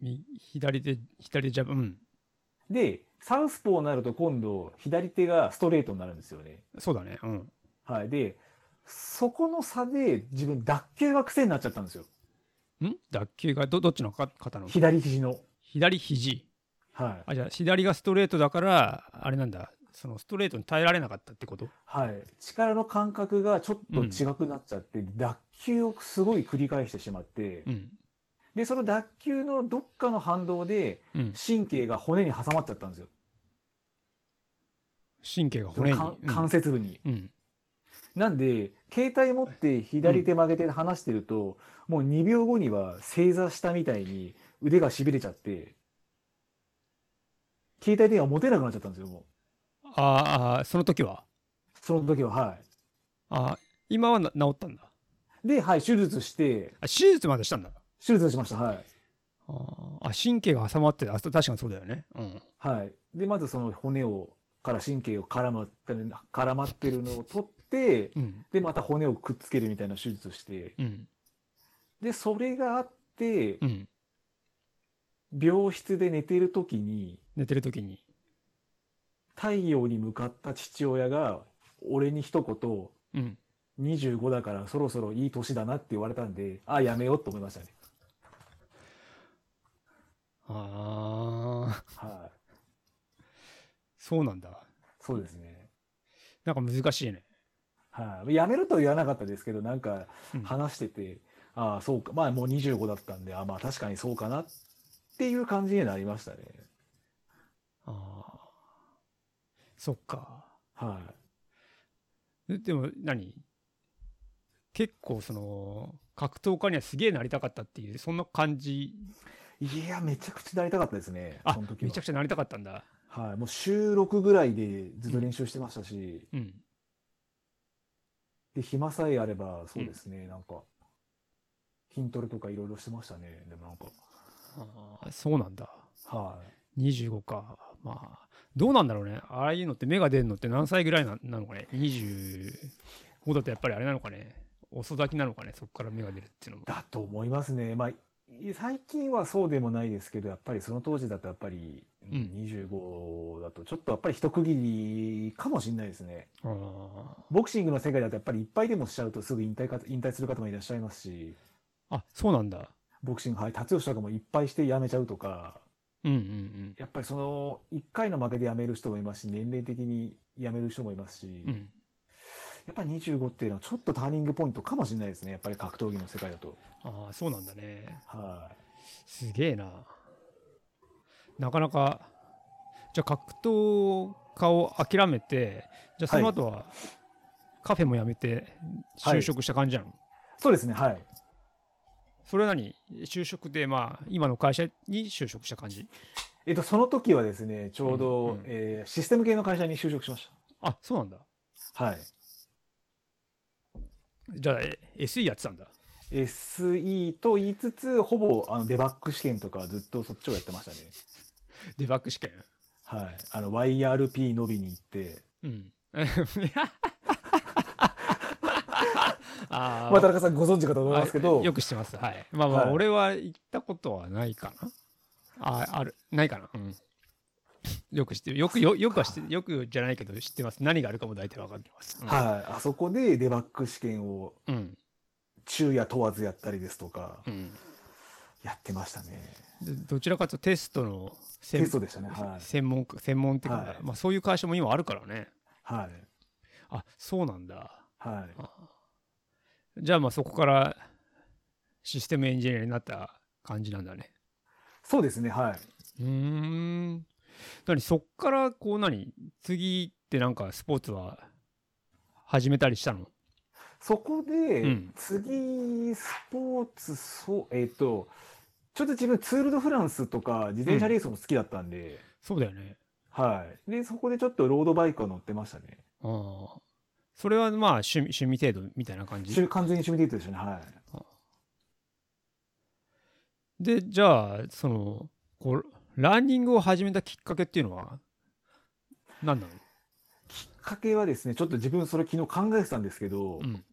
S2: み左手、左手ジャブ。うん。
S1: で、サウスポーになると今度左手がストレートになるんですよね。
S2: そうだね。うん。
S1: はい。で、そこの差で自分脱臼が癖になっちゃったんですよ。
S2: ん脱臼がど、どっちのか肩の
S1: 左肘の。
S2: 左肘。
S1: はい。
S2: あ、じゃあ左がストレートだから、あれなんだ。そのストレートに耐えられなかったってこと
S1: はい、力の感覚がちょっと違くなっちゃって、脱臼をすごい繰り返してしまって、
S2: うん。
S1: でその脱臼のどっかの反動で
S2: うん。
S1: 神経が骨に挟まっちゃったんですよ
S2: 神経が
S1: その
S2: 骨に。
S1: 関
S2: うん
S1: 関節部に、
S2: うん。
S1: なんで携帯持って左手曲げて離してると、もう2秒後には正座したみたいに腕がしびれちゃって携帯電話持てなくなっちゃったんですよもう
S2: あーあー、その時は
S1: その時はは
S2: あー今はな治ったんだ。
S1: いではい手術して
S2: あ手術までしたんだ。
S1: 手術しましたはい
S2: あーあ、神経が挟まってた。あそう確かにそうだよね。うん。
S1: はい。で、まずその骨を、から神経を絡まってる、絡まってるのを取って、
S2: うん。
S1: で、また骨をくっつけるみたいな手術をして、
S2: うん。
S1: で、それがあって
S2: う、ん。
S1: 病室で寝てる時に、
S2: 寝てる時に。
S1: 太陽に向かった父親が、俺に一言、
S2: うん。
S1: 25だからそろそろいい年だなって言われたんで、あ、やめようと思いましたね。
S2: ああ、
S1: はい。
S2: そうなんだ。
S1: そうですね。
S2: なんか難しいね。
S1: はい。やめるとは言わなかったですけど、なんか
S2: うん
S1: 話してて、ああ、そうか。まあもう25だったんで、あまあ確かにそうかなっていう感じになりましたね。
S2: ああ。そっか。
S1: は
S2: ででも何結構その、格闘家にはすげえなりたかったっていう、そんな感じ。
S1: い。いや、めちゃくちゃなりたかったですね。
S2: あ
S1: その、時
S2: め
S1: は
S2: ちゃくちゃなりたかったんだ。
S1: はい。もう週6ぐらいでずっと練習してましたし、
S2: うん。
S1: で、暇さえあれば、そうですね、なんか、筋トレとかいろいろしてましたね。でもなんか、
S2: ああ、そうなんだ。
S1: は
S2: 25か。まあ、どうなんだろうね。ああいうのって目が出るのって何歳ぐらいななのかね。25だとやっぱりあれなのかね。遅咲きなのかね。そこから目が出るっていうのも
S1: い。。だと思いますね。まあ、い最近はそうでもないですけど、やっぱりその当時だとやっぱり、うん
S2: うん
S1: 25だとちょっとやっぱり一区切りかもしれないですね。
S2: あ
S1: ボクシングの世界だとやっぱりいっぱいでもしちゃうとすぐ引退か、引退する方もいらっしゃいますし、
S2: あ。あ、そうなんだ。
S1: ボクシング、はい、達吉とかもいっぱいして辞めちゃうとか、
S2: うんうんうん。
S1: やっぱりその、一回の負けで辞める人もいますし、年齢的に辞める人もいますし、
S2: うん、
S1: やっぱり25っていうのはちょっとターニングポイントかもしれないですね。やっぱり格闘技の世界だと。
S2: ああ、そうなんだね。
S1: は
S2: すげえな。なかなか、じゃあ格闘家を諦めて、じゃあその後は、カフェも辞めて、
S1: はい
S2: 就職した感じなの、
S1: い。そうですね。はい。
S2: それは何就職で、まあ、今の会社に就職した感じ
S1: えっと、その時はですね、ちょうど、
S2: うんうん
S1: えーシステム系の会社に就職しまし
S2: あ、そうなんだ。
S1: た。はい。
S2: じゃあ、え SE やってたんだ。
S1: SE と言いつつ、ほぼあのデバッグ試験とかずっとそっちをやってましたね。
S2: デバッグ試験。
S1: はい。あの、YRP 伸びに行って、
S2: うん。 あー
S1: まあ、田中さんご存知かと思いますけど
S2: あ、よく知ってます。はい。まあまあ、
S1: はい
S2: 俺は行ったことはないかな。あ、ある、ないかな。うん。よく知ってる。よくよ、よくは知って、よくじゃないけど知ってます。何があるかも大体わかってます。うん
S1: はい。あそこでデバッグ試験を
S2: うん。
S1: 昼夜問わずやったりですとか、
S2: うん。
S1: やってましたね。
S2: でどちらかというとテストの専
S1: テストでしたね。はい。
S2: 専門、専門的な、
S1: はい
S2: まあそういう会社も今あるからね。
S1: はい。
S2: あ、そうなんだ。
S1: はい。
S2: あじゃあまあそこからシステムエンジニアになった感じなんだね。
S1: そうですね。はい。
S2: うーん。何そっからこう何次ってなんかスポーツは始めたりしたの
S1: そこで、
S2: うん
S1: 次、スポーツ、そう、えっ、と、ちょっと自分ツール・ド・フランスとか自転車レースも好きだったんで、
S2: そうだよね。
S1: はい。で、そこでちょっとロードバイクを乗ってましたね。
S2: ああ。それはまあ趣味趣味程度みたいな感じ
S1: 中完全に趣味デートでしたね。はい。
S2: で、じゃあ、その、こう、ランニングを始めたきっかけっていうのは何なの
S1: きっかけはですね、ちょっと自分それ昨日考えてたんですけど、
S2: うん。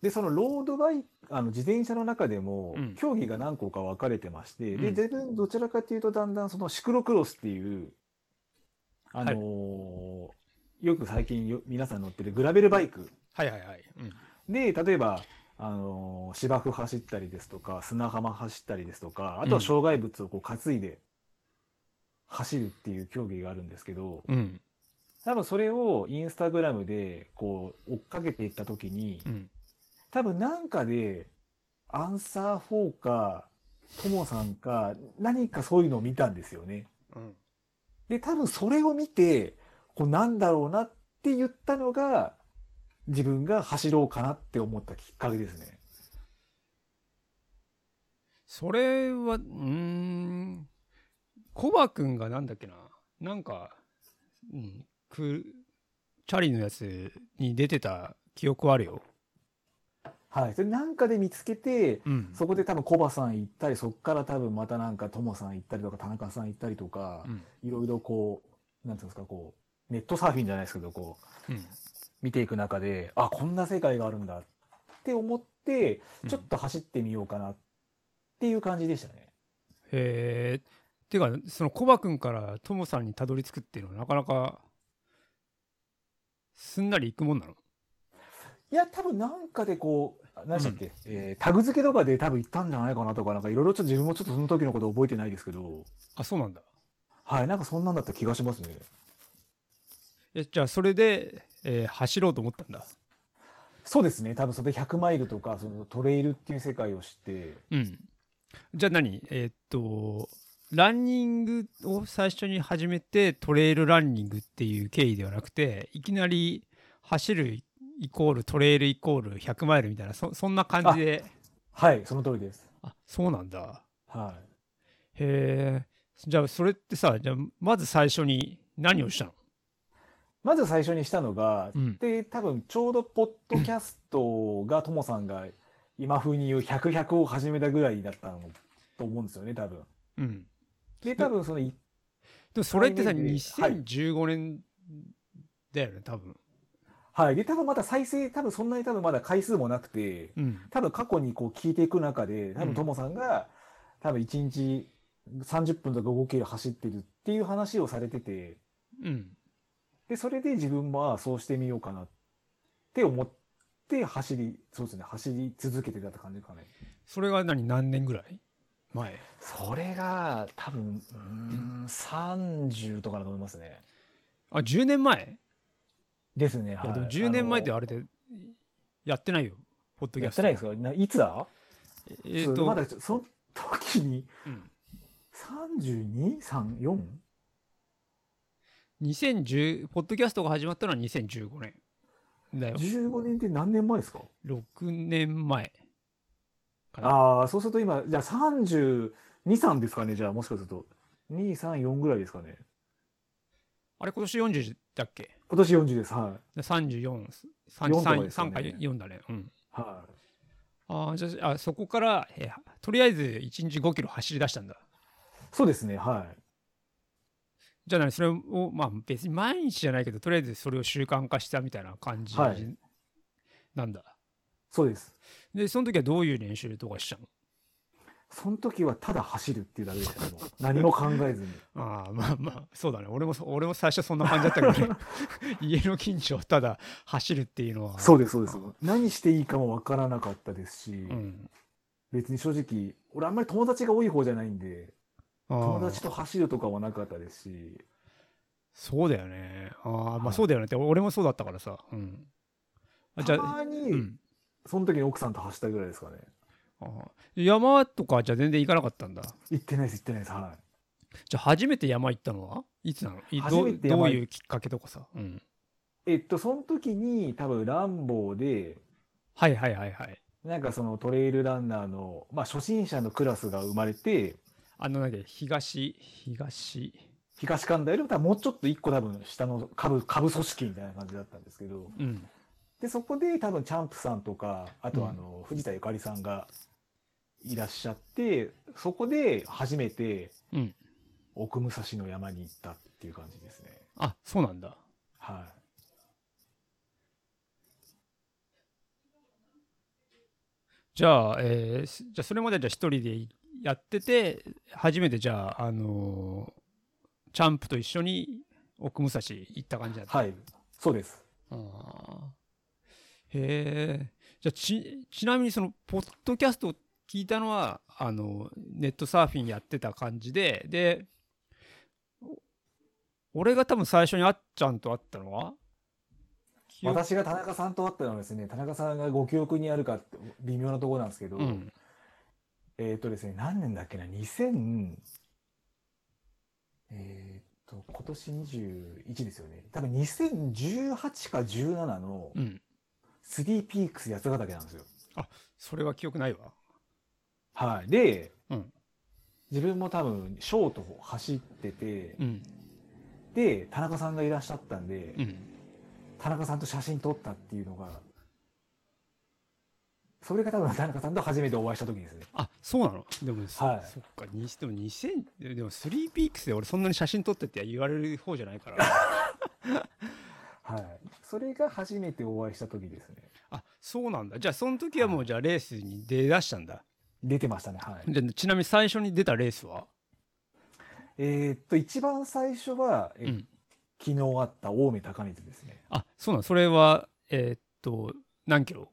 S1: で、そのロードバイク、あの自転車の中でも
S2: うん
S1: 競技が何個か分かれてまして、
S2: うん
S1: で、自分どちらかというとだんだんそのシクロクロスっていう、あのーよく最近よ皆さん乗ってるグラベルバイク。
S2: はいはいはい。うん。
S1: で、例えば、あのー芝生走ったりですとか、砂浜走ったりですとか、あとは障害物をこう担いで走るっていう競技があるんですけど、
S2: うん。
S1: 多分それをインスタグラムでこう追っかけていった時に、
S2: うん。
S1: 多分なんかで、アンサー4か、ともさんか、何かそういうのを見たんですよね。
S2: うん。
S1: で、多分それを見て、こうなんだろうなって言ったのが、自分が走ろうかなって思ったきっかけですね。
S2: それは、うーん、コバくんがなんだっけな、なんか、うん、く、チャリのやつに出てた記憶はあるよ。
S1: はい。それなんかで見つけて、
S2: うん
S1: そこで多分コバさん行ったり、そこから多分またなんかともさん行ったりとか、田中さん行ったりとか
S2: う、ん。
S1: いろいろこう、なんていうんですか、こう、ネットサーフィンじゃないですけど、こう、
S2: うん。
S1: 見ていく中で、あ、こんな世界があるんだって思って、ちょっと走ってみようかなっていう感じでしたね。
S2: へえ。てか、そのコバくんからトモさんにたどり着くっていうのはなかなか、すんなりいくもんなの
S1: いや、多分なんかでこう、何でしたっけ、えータグ付けとかで多分行ったんじゃないかなとか、なんかいろいろちょっと自分もちょっとその時のこと覚えてないですけど、
S2: あ、そうなんだ。
S1: はい、なんかそんなんだった気がしますね。
S2: え、じゃあそれで、えー走ろうと思ったんだ。
S1: そうですね、多分それで100マイルとか、そのトレイルっていう世界を知って、
S2: うん。じゃあ何えーっと、ランニングを最初に始めてトレイルランニングっていう経緯ではなくて、いきなり走るイコールトレイルイコール100マイルみたいな、そそんな感じで。
S1: はい、その通りです。
S2: あそうなんだ。
S1: は
S2: へえ。じゃあそれってさ、じゃあまず最初に何をしたの
S1: い。まず最初にしたのが、
S2: うん。
S1: で、多分ちょうどポッドキャストが、ともさんが今風に言う100、100を始めたぐらいだったのと思うんですよね、多分。
S2: うん。
S1: で、多分その、い
S2: でもそれって
S1: タ
S2: さ、
S1: イミングで
S2: 2015年だよね、多分。
S1: はい。で、多分まだ再生、多分そんなに多分まだ回数もなくて、
S2: うん。
S1: 多分過去にこう聞いていく中で、多
S2: う
S1: 分
S2: ん
S1: ともさんが、多分1日30分とか5キロ走ってるっていう話をされてて、
S2: うん。
S1: で、それで自分も、ああ、そうしてみようかなって思って走り、そうですね、走り続けてたって感じかね。
S2: それが何、何年ぐらい前。
S1: それが、多分、うーん、30とかだと思いますね。
S2: あ、10年前
S1: ですね、
S2: いや
S1: は
S2: で
S1: い
S2: も10年前って
S1: あの
S2: あれでやってないよ、ポッドキ
S1: や
S2: ャ
S1: っ
S2: ス
S1: て
S2: ト。
S1: ないですかないつだ
S2: え
S1: え
S2: ーっと、
S1: まだちょその時に
S2: うん、
S1: 32?34?
S2: 2010、ポッドキャストが始まったのは2015年だよ。
S1: 15年って何年前ですか
S2: 6年前。
S1: ああ、そうすると今、じゃあ32、3ですかね、じゃあもしかすると。2、3、4ぐらいですかね。
S2: あれ、今年40だっけ
S1: 今年40です。はい。
S2: 34、
S1: 四とか
S2: 33
S1: ですよね
S2: 3回4だね。うん。
S1: は
S2: あーじゃああ、そこから、えーとりあえず1日5キロ走り出したんだ。
S1: い。そうですね、は
S2: じゃあ何それを、まあ別に毎日じゃないけど、とりあえずそれを習慣化したみたいな感じ
S1: はい
S2: なんだ。
S1: い。そうです。
S2: で、その時はどういう練習とかしたの
S1: その時はただ走るっていうだけでしたね。も う何も考えずに。
S2: ああ、まあまあ、そうだね。俺もそ、俺も最初そんな感じだったけ どね。家の近所をただ走るっていうのは。
S1: そう
S2: う
S1: です、そうです。何していいかもわからなかったですし、
S2: うん。
S1: 別に正直、俺あんまり友達が多い方じゃないんで、友
S2: ああ
S1: 達、と走るとかはなかったですし、
S2: そうだよね。ああ、ま
S1: は
S2: あ
S1: い
S2: そうだよねって、俺もそうだったからさ。うん。あじゃ
S1: た
S2: あ、
S1: ま
S2: う
S1: に、
S2: ん。
S1: その時に奥さんと走ったぐらいですかね。
S2: ああ山とかじゃ全然行かなかったんだ。
S1: 行ってないです、行ってないです。はい。
S2: じゃあ初めて山行ったのはいつなのいど
S1: 初めて山
S2: どう
S1: 行
S2: いうきっかけとかさ。うん。
S1: えっと、その時に多分ランボーで、
S2: はいはいはいはい。
S1: なんかそのトレイルランナーの、まあ初心者のクラスが生まれて、
S2: あの、なんだっけ東、東。
S1: 東神田よりも多分もうちょっと一個多分下の下部、下部組織みたいな感じだったんですけど、
S2: うん。
S1: で、そこで多分チャンプさんとか、あ
S2: う
S1: と
S2: ん
S1: あの、藤田ゆかりさんがいらっしゃって、そこで初めて
S2: うん。
S1: 奥武蔵の山に行ったっていう感じですね。
S2: あ、そうなんだ。
S1: はい。
S2: じゃあ、えーすじゃあそれまでじゃあ一人でやってて、初めてじゃあ、あのーチャンプと一緒に奥武蔵行った感じだった。
S1: はい。そうです。
S2: あーへえ。じゃあち、ちなみにその、ポッドキャストを聞いたのは、あの、ネットサーフィンやってた感じで、で、お俺が多分最初にあっちゃんと会ったのは記憶
S1: 私が田中さんと会ったのはですね、田中さんがご記憶にあるかって微妙なところなんですけど、
S2: うん。
S1: えっ、とですね、何年だっけな、2000、えっ、と、今年21ですよね。多分2018か17の
S2: うん。
S1: 3ピークス八ヶ岳なんですよ。
S2: それは記憶ないわ。
S1: はい。で、
S2: うん
S1: 自分も多分ショートを走ってて、
S2: うん。
S1: で、田中さんがいらっしゃったんで、
S2: うん。
S1: 田中さんと写真撮ったっていうのが、それが多分田中さんと初めてお会いした時ですね。
S2: あ、そうなのでも、
S1: はい
S2: そっか、にでも2000、でも3ピークスで俺そんなに写真撮ってって言われる方じゃな いから。
S1: はい。それが初めてお会いした時ですね。
S2: あ、そうなんだ。じゃあ、その時はも
S1: は
S2: う、じゃあ、レースに出だしたんだ。
S1: 出てましたね。はい。
S2: でちなみに最初に出たレースは、
S1: えーっと、一番最初は、え
S2: うん
S1: 昨日あった青梅高水ですね。
S2: あそうなんそれはえーっと何キロ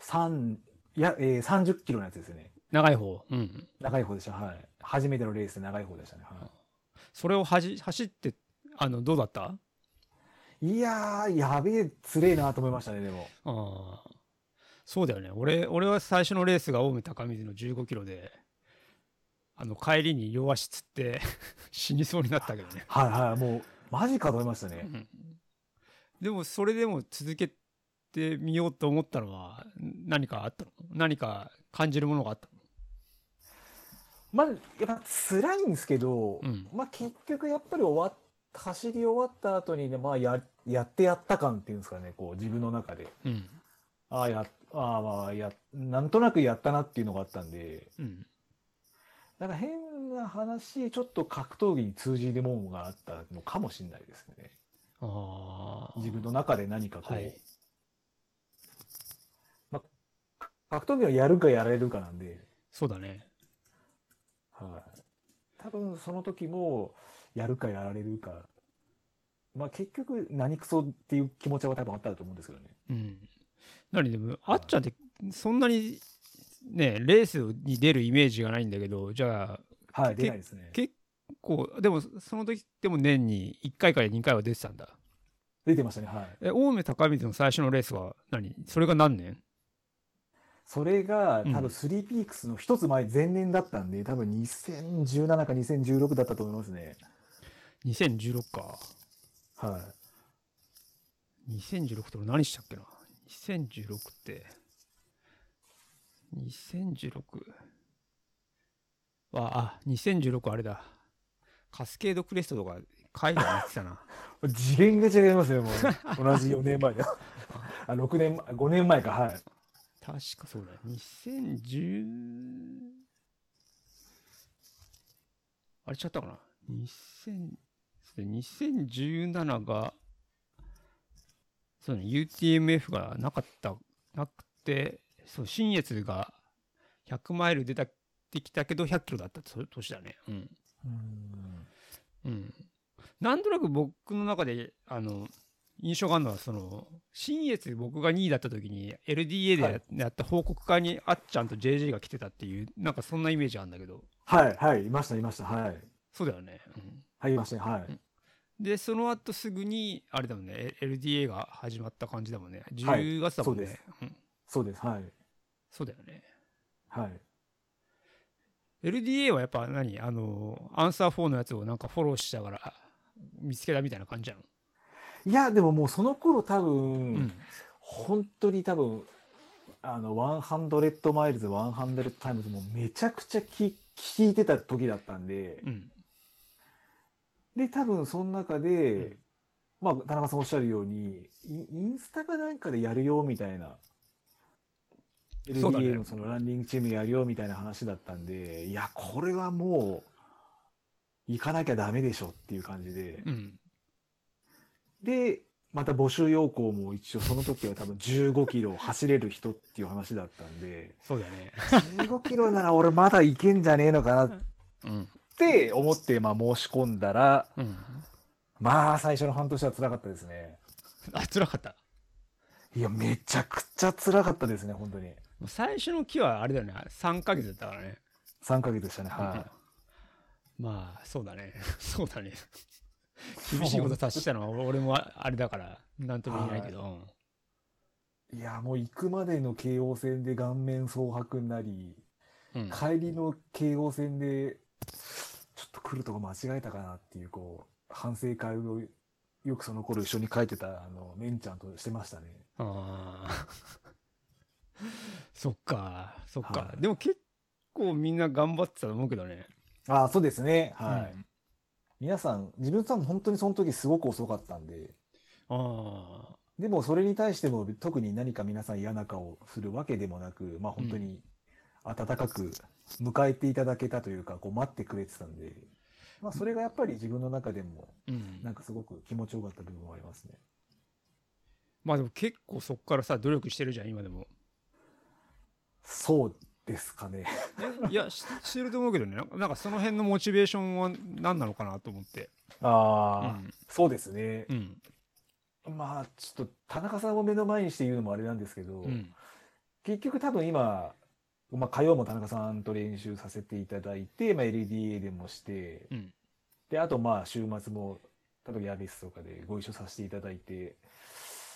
S1: 三いや、えー、30キロのやつですね。
S2: 長い方うん
S1: 長い方でした。はい。初めてのレースで長い方でしたね。は
S2: それをはじ走ってあのどうだった
S1: い、いやー、やべえ、つれえなと思いましたね、でも。
S2: あーそうだよね俺俺は最初のレースが青梅高水の1 5キロであの帰りに両足つって 死にそうになったけどね、
S1: はいはい。もう、マジかと思いました
S2: う
S1: ね。
S2: んでもそれでも続けてみようと思ったのは何かあったの何か感じるものがあった
S1: まあ、やっぱ辛いんですけど、
S2: の、うん、
S1: まあ結局やっぱり終わっ走り終わった後にね、まあや、やってやった感っていうんですかね、こう自分の中で。
S2: うん
S1: ああ、や、ああ、まあ、や、なんとなくやったなっていうのがあったんで、
S2: うん
S1: なんか変な話、ちょっと格闘技に通じるものがあったのかもしれないですね。
S2: ああ
S1: 自分の中で何かこう、
S2: はい
S1: 格闘技をやるかやられるかなんで、
S2: そうだね
S1: はい。多分その時も、やるかやられるか、まあ結局何クソっていう気持ちは多分あったと思うんですけどね。
S2: うん。何でも、あっちゃんって、そんなに、ね、レースに出るイメージがないんだけど、じゃあ、
S1: はい、
S2: け
S1: 出ないですね。
S2: 結構、でも、その時でも年に1回から2回は出てたんだ。
S1: 出てましたね。はい。
S2: え、青梅高水の最初のレースは何それが何年
S1: それが
S2: うん
S1: 多分スリーピークスの一つ前、前年だったんで、多分2017か2016だったと思いますね。
S2: ?2016 か。
S1: は
S2: 2016って俺何したっけな ?2016 って、2016は、あ、2016あれだ。カスケードクレストとか海外に行ってたな。
S1: い。次元が違いますよ、もう。同じ4年前で。 あ、6年、5年前か、はい。
S2: 確かそうだよ。2010あれちゃったかな ?2000、そうだ2017が、そうね、UTMF がなかった、なくて、そう、新越が100マイル出た、できたけど100キロだったそ年だね。うん。
S1: うん。
S2: うん。なんとなく僕の中で、あの、印象があるのは、その、新越で僕が2位だった時に、LDA で
S1: はい
S2: ややった報告会に、あっちゃんと JJ が来てたっていう、なんかそんなイメージあるんだけど、
S1: はい、はい、いました、いました、はい。
S2: そうだよね。うん
S1: はい、いましたね、はい。
S2: で、その後すぐに、あれだもんね、え LDA が始まった感じだもんね。
S1: はい
S2: 10月だもんね。
S1: そうです
S2: うん
S1: そうです、はい。
S2: そうだよね。
S1: はい。
S2: LDA はやっぱ何あの、アンサー4のやつをなんかフォローしながら、見つけたみたいな感じなの。
S1: いや、でももうその頃多
S2: う
S1: 分、。本当に多分、あの、100マイルズ、100タイムズ、もうめちゃくちゃき聞いてた時だったんで、
S2: うん。
S1: で、多分その中
S2: うん
S1: で、まあ、田中さんおっしゃるように、インインスタかなんかでやるよみたいな、
S2: そうだね
S1: LDA のそのランニングチームやるよみたいな話だったんで、いや、これはもう、行かなきゃダメでしょっていう感じで、
S2: うん。
S1: で、また募集要項も一応その時は多分15キロ走れる人っていう話だったんで、
S2: そうだよね。
S1: 15キロなら俺まだいけんじゃねえのかなっ
S2: うん。
S1: て思って、まあ申し込んだら、
S2: うん。
S1: まあ最初の半年は辛かったですね。
S2: あ、辛かった。
S1: いや、めちゃくちゃ辛かったですね、本当に。
S2: もう最初の期はあれだよね。3ヶ月だったからね。
S1: 3ヶ月でしたね、は
S2: まあ、そうだね。 そうだね。 厳しいこと達したのは俺もああれだから、なんとも言えないけど。うん
S1: い。いや、もう行くまでの京王線で顔面蒼白になり、
S2: うん、
S1: 帰りの京王線で、ちょっと来るとこ間違えたかなっていう、こう、反省会を、よくその頃一緒に書いてた、あの、メンちゃんとしてましたね。
S2: ああ。 そっか、そっか。
S1: はい
S2: でも結構みんな頑張ってたと思うけどね。
S1: ああ、そうですね、はい。
S2: うん
S1: 皆さん、自分さんも本当にその時すごく遅かったんで、
S2: ああ。
S1: でもそれに対しても特に何か皆さん嫌な顔をするわけでもなく、まあ本当に温かく迎えていただけたというか、こう待ってくれてたんで、まあそれがやっぱり自分の中でも
S2: うん
S1: なんかすごく気持ちよかった部分もありますね。
S2: まあでも結構そっからさ、努力してるじゃん、今でも。
S1: そうですかね。
S2: えいや、ししてると思うけどね。なんかなんかその辺のモチベーションは何なのかなと思って。う
S1: ああ、
S2: ん。
S1: そうですね
S2: う。ん。
S1: まあちょっと田中さんを目の前にして言うのもあれなんですけど、
S2: うん。
S1: 結局多分今、まあ火曜も田中さんと練習させていただいて、まあ LDA でもして、
S2: うん。
S1: で、あとまあ週末も、例えばヤビスとかでご一緒させていただいて、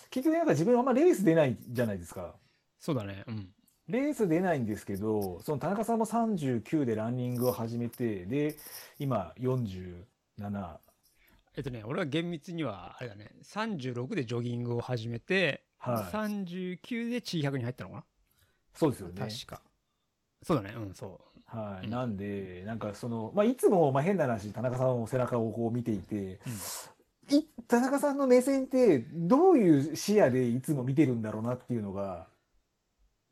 S1: 結局なんか自分はあんまレース出ないじゃないですか。
S2: そうだね。うん。
S1: レース出ないんですけど、その田中さんも39でランニングを始めて、で、今47。
S2: えっとね、俺は厳密には、あれだね、36でジョギングを始めて、
S1: はい。
S2: 39でチー100に入ったのか
S1: そうですよ
S2: な、
S1: ね。
S2: 確か。そうだね、うん、そ
S1: は
S2: う
S1: い。
S2: ん
S1: なんで、なんかその、まあいつも、まあ変な話、田中さんの背中をこう見ていて、
S2: う。うん、
S1: い田中さんの目線ってどういう視野でいつも見てるんだろうなっていうのが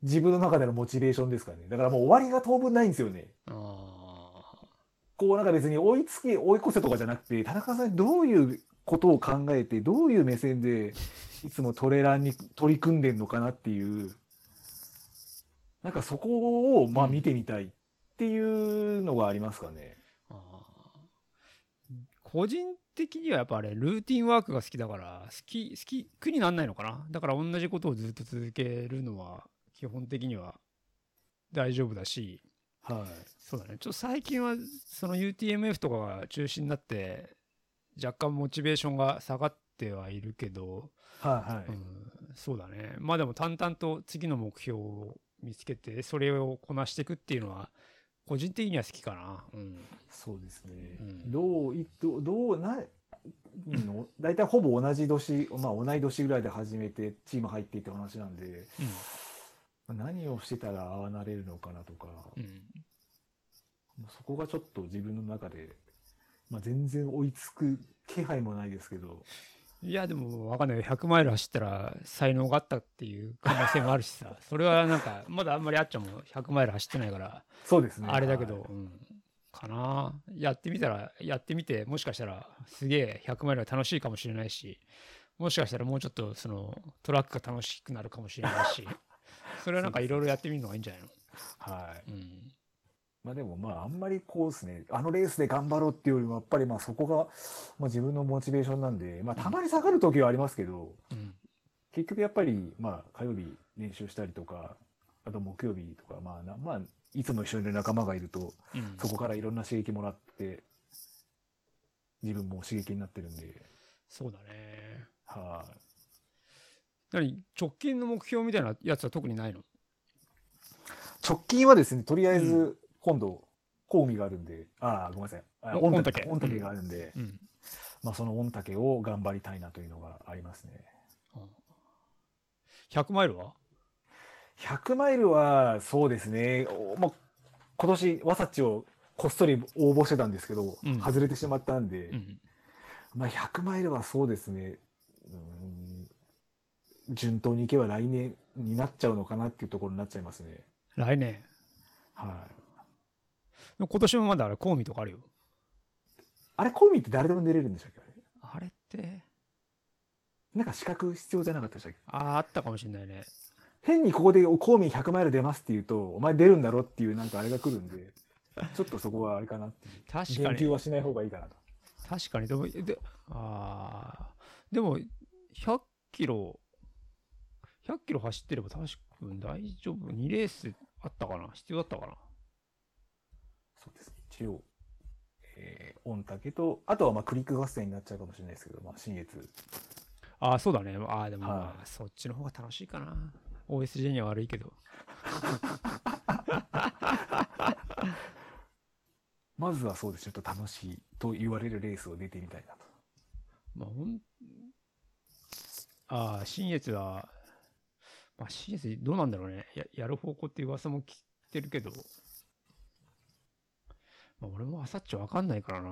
S1: 自分の中でのモチベーションですかね。だからもう終わりが当分ないんですよね。
S2: あ
S1: こうなんか別に追いつき追い越せとかじゃなくて田中さんどういうことを考えてどういう目線でいつもトレランに取り組んでんのかなっていうなんかそこをまあ見てみたいっていうのがありますかね。
S2: ーあー。個人的にはやっぱあれ、ルーティンワークが好きだから、好き、好き、苦になんないのかなだから同じことをずっと続けるのは、基本的には大丈夫だし、
S1: は
S2: そうだね。ちょっと最近は、その UTMF とかが中止になって、若干モチベーションが下がっってはいるけど、
S1: はいはい。
S2: うん、そうだね。まあでも淡々と次の目標を見つけて、それをこなしていくっていうのは、個人的には好きかな。うん。
S1: そうですね。
S2: うん
S1: どういどうどうなの大体ほぼ同じ年、まあ、同い年ぐらいで始めてチーム入ってって話なんで、何をしてたらああなれるのかなとか、
S2: うん。うん。
S1: そこがちょっと自分の中で、まあ、全然追いつく気配もないですけど、
S2: いや、でも、わかんないよ。100マイル走ったら才能があったっていう可能性もあるしさ。それはなんか、まだあんまりあっちゃんも100マイル走ってないから、
S1: そうですね。
S2: あれだけ
S1: は
S2: ど
S1: い、
S2: うん。かなやってみたら、やってみて、もしかしたら、すげえ100マイルが楽しいかもしれないし、もしかしたらもうちょっと、その、トラックが楽しくなるかもしれないし、 それはなんかいろいろやってみるのがいいんじゃないの
S1: はい。
S2: うん。
S1: まあでもまああんまりこうですね、あのレースで頑張ろうっていうよりもやっぱりまあそこが、まあ、自分のモチベーションなんで、まあたまに下がる時はありますけど、
S2: うん。
S1: 結局やっぱり、まあ、火曜日練習したりとか、あと木曜日とか、まあな、まあ、いつも一緒にいる仲間がいると、
S2: うん
S1: そこからいろんな刺激もらって、自分も刺激になってるんで、
S2: そうだね。
S1: は
S2: 何直近の目標みたいなやつは特にないの
S1: い。直近はですね、とりあえ
S2: う
S1: ず、今度、講義があるんで、ああ、ごめんなさい。あ
S2: お
S1: 御嶽か
S2: 御嶽
S1: 御嶽があるんで、
S2: うん。
S1: まあ、その御嶽を頑張りたいなというのがありますね。
S2: うん100マイルは
S1: 100マイルは、そうですね、おまあ、今年、ワサッチをこっそり応募してたんですけど、
S2: うん
S1: 外れてしまったんで、
S2: うん。
S1: まあ、100マイルはそうですね、うーん、順当にいけば来年になっちゃうのかなっていうところになっちゃいますね。
S2: 来年。
S1: はい。
S2: 今年もまだあれ、コーミとかあるよ。
S1: あれ、コーミって誰でも出れるんでしたっけあれ
S2: あれって、
S1: なんか資格必要じゃなかったでしたっけ
S2: ああ、あったかもしれないね。
S1: 変にここでコーミ100マイル出ますって言うと、お前出るんだろっていうなんかあれが来るんで、 ちょっとそこはあれかなっていう。
S2: 確
S1: 言
S2: か
S1: 及
S2: に。
S1: はしない方がいいかなと。
S2: 確かに。でも、でああ、でも、100キロ、100キロ走ってれば確かに大丈夫。2レースあったかな必要だったかな
S1: そうですね。一応、えー、御嶽と、あとはまあクリック合戦になっちゃうかもしれないですけど、まあ、新越。
S2: ああ、そうだね。ああ、でも、
S1: はい
S2: まあそっちの方が楽しいかな。OSJ には悪いけど。
S1: まずはそうです。ちょっと楽しいと言われるレースを出てみたいなと。
S2: まあ、ほん、ああ、新越は、まあ、新越どうなんだろうね。や、やる方向って噂も聞いてるけど、まあ、俺もあさっちわかんないからな。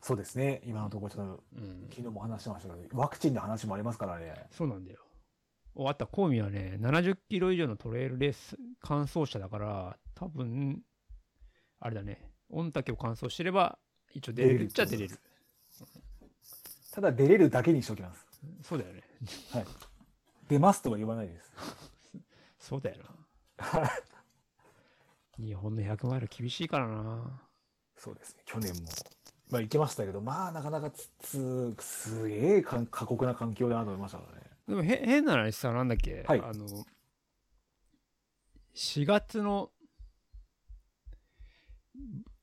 S1: そうですね。今のところちょっと、
S2: うん。
S1: 昨日も話してましたけど、ワクチンの話もありますからね。
S2: そうなんだよ。おあった、コーミはね、70キロ以上のトレイルレース、完走者だから、多分、あれだね、御嶽を完走してれば、一応出れるっちゃ出れる。
S1: ただ出れるだけにしておきます。
S2: そうだよね。
S1: 出ますとは言わないです。
S2: そうだよな。 日本の100マイル厳しいからな。
S1: そうですね。去年も。まあ行きましたけど、まあなかなかつ、つ、すげえかん過酷な環境だなと思いましたからね。
S2: でもへ変な話さ、なんだっけ、
S1: はい
S2: あの、4月の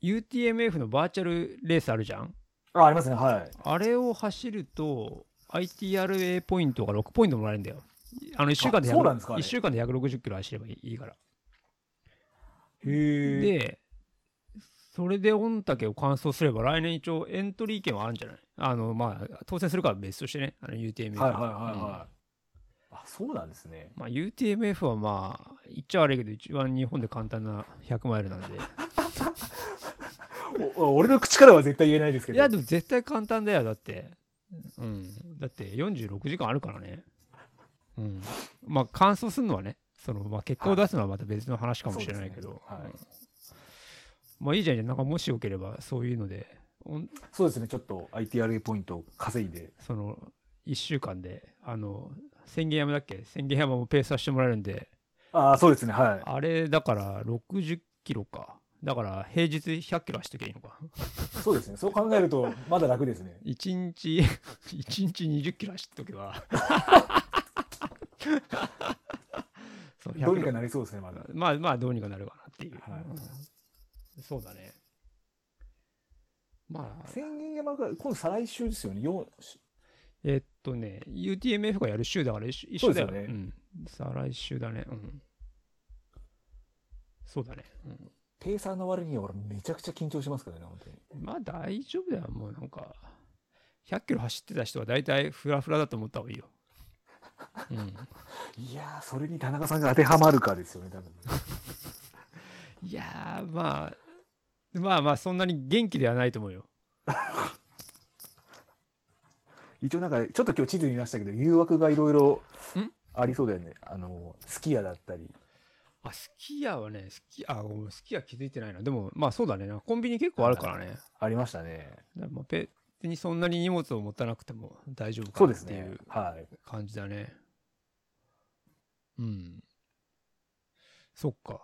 S2: UTMF のバーチャルレースあるじゃん
S1: あ、ありますね。はい。
S2: あれを走ると ITRA ポイントが6ポイントもらえるんだよ。あの1週間で
S1: そうなんですかあれ
S2: 1週間で160キロ走ればいいから。
S1: へえ。
S2: で、それで御嶽を完走すれば、来年一応エントリー権はあるんじゃないあの、まあ、当選するから別としてね、あの UTMF。
S1: はいはいはいは
S2: う
S1: い。あ、そうなんですね。
S2: んまあ、UTMF はまあ、言っちゃ悪いけど、一番日本で簡単な100マイルなんで。
S1: お俺の口からは絶対言えないですけ
S2: い
S1: ど。
S2: や、でも絶対簡単だよ、だって。うん。だって46時間あるからね。うん。まあ、完走するのはね、その、まあ、結果を出すのはまた別の話かもしれないけど。
S1: そうですねはい
S2: うんまあ、いいじゃん、なんかもしよければ、そういうので、おん
S1: そうですね。ちょっと ITRA ポイントを稼いで。
S2: その1週間であの千元山だっけ千元山もペースさせてもらえるんで
S1: ああ、そうですね。はい。
S2: あれだから60キロかだから平日100キロ走っときゃいいのか
S1: そうですね。そう考えると、まだ楽ですね。
S2: 1日 一日20キロ走っとけば そう
S1: どうにか
S2: 100キロ
S1: なりそうですね、まだ。
S2: まあまあどうにかなるかなっていう、
S1: はい
S2: うんそうだねまあ
S1: 千元山が、今度再来週ですよね。4、
S2: えっとね、UTMF がやる週だから一緒一緒だよ
S1: そうですよ
S2: うん。再来週だね。うん。そうだね。
S1: ペーサーの割には俺めちゃくちゃ緊張しますからね、本当に。
S2: うん、まあ大丈夫だよ。もうなんか、100キロ走ってた人は大体フラフラだと思った方がいいよ。うん。
S1: いやー、それに田中さんが当てはまるかですよね、多分。
S2: いやー、まあ、まあまあ、そんなに元気ではないと思うよ。
S1: 一応なんか、ちょっと今日地図見ましたけど、誘惑がいろいろ
S2: ん
S1: ありそうだよね。あの、スキヤだったり。
S2: あ、スキヤはね、スキヤ、あ、ごめんスキヤ気づいてないな。でも、まあそうだね。なんかコンビニ結構あるからね。
S1: ありましたね。
S2: だからまあ別にそんなに荷物を持たなくても大丈夫
S1: そ
S2: か
S1: う
S2: な
S1: で
S2: っ
S1: す
S2: てい
S1: ね
S2: う。
S1: はい。
S2: 感じだね。うん。そっか。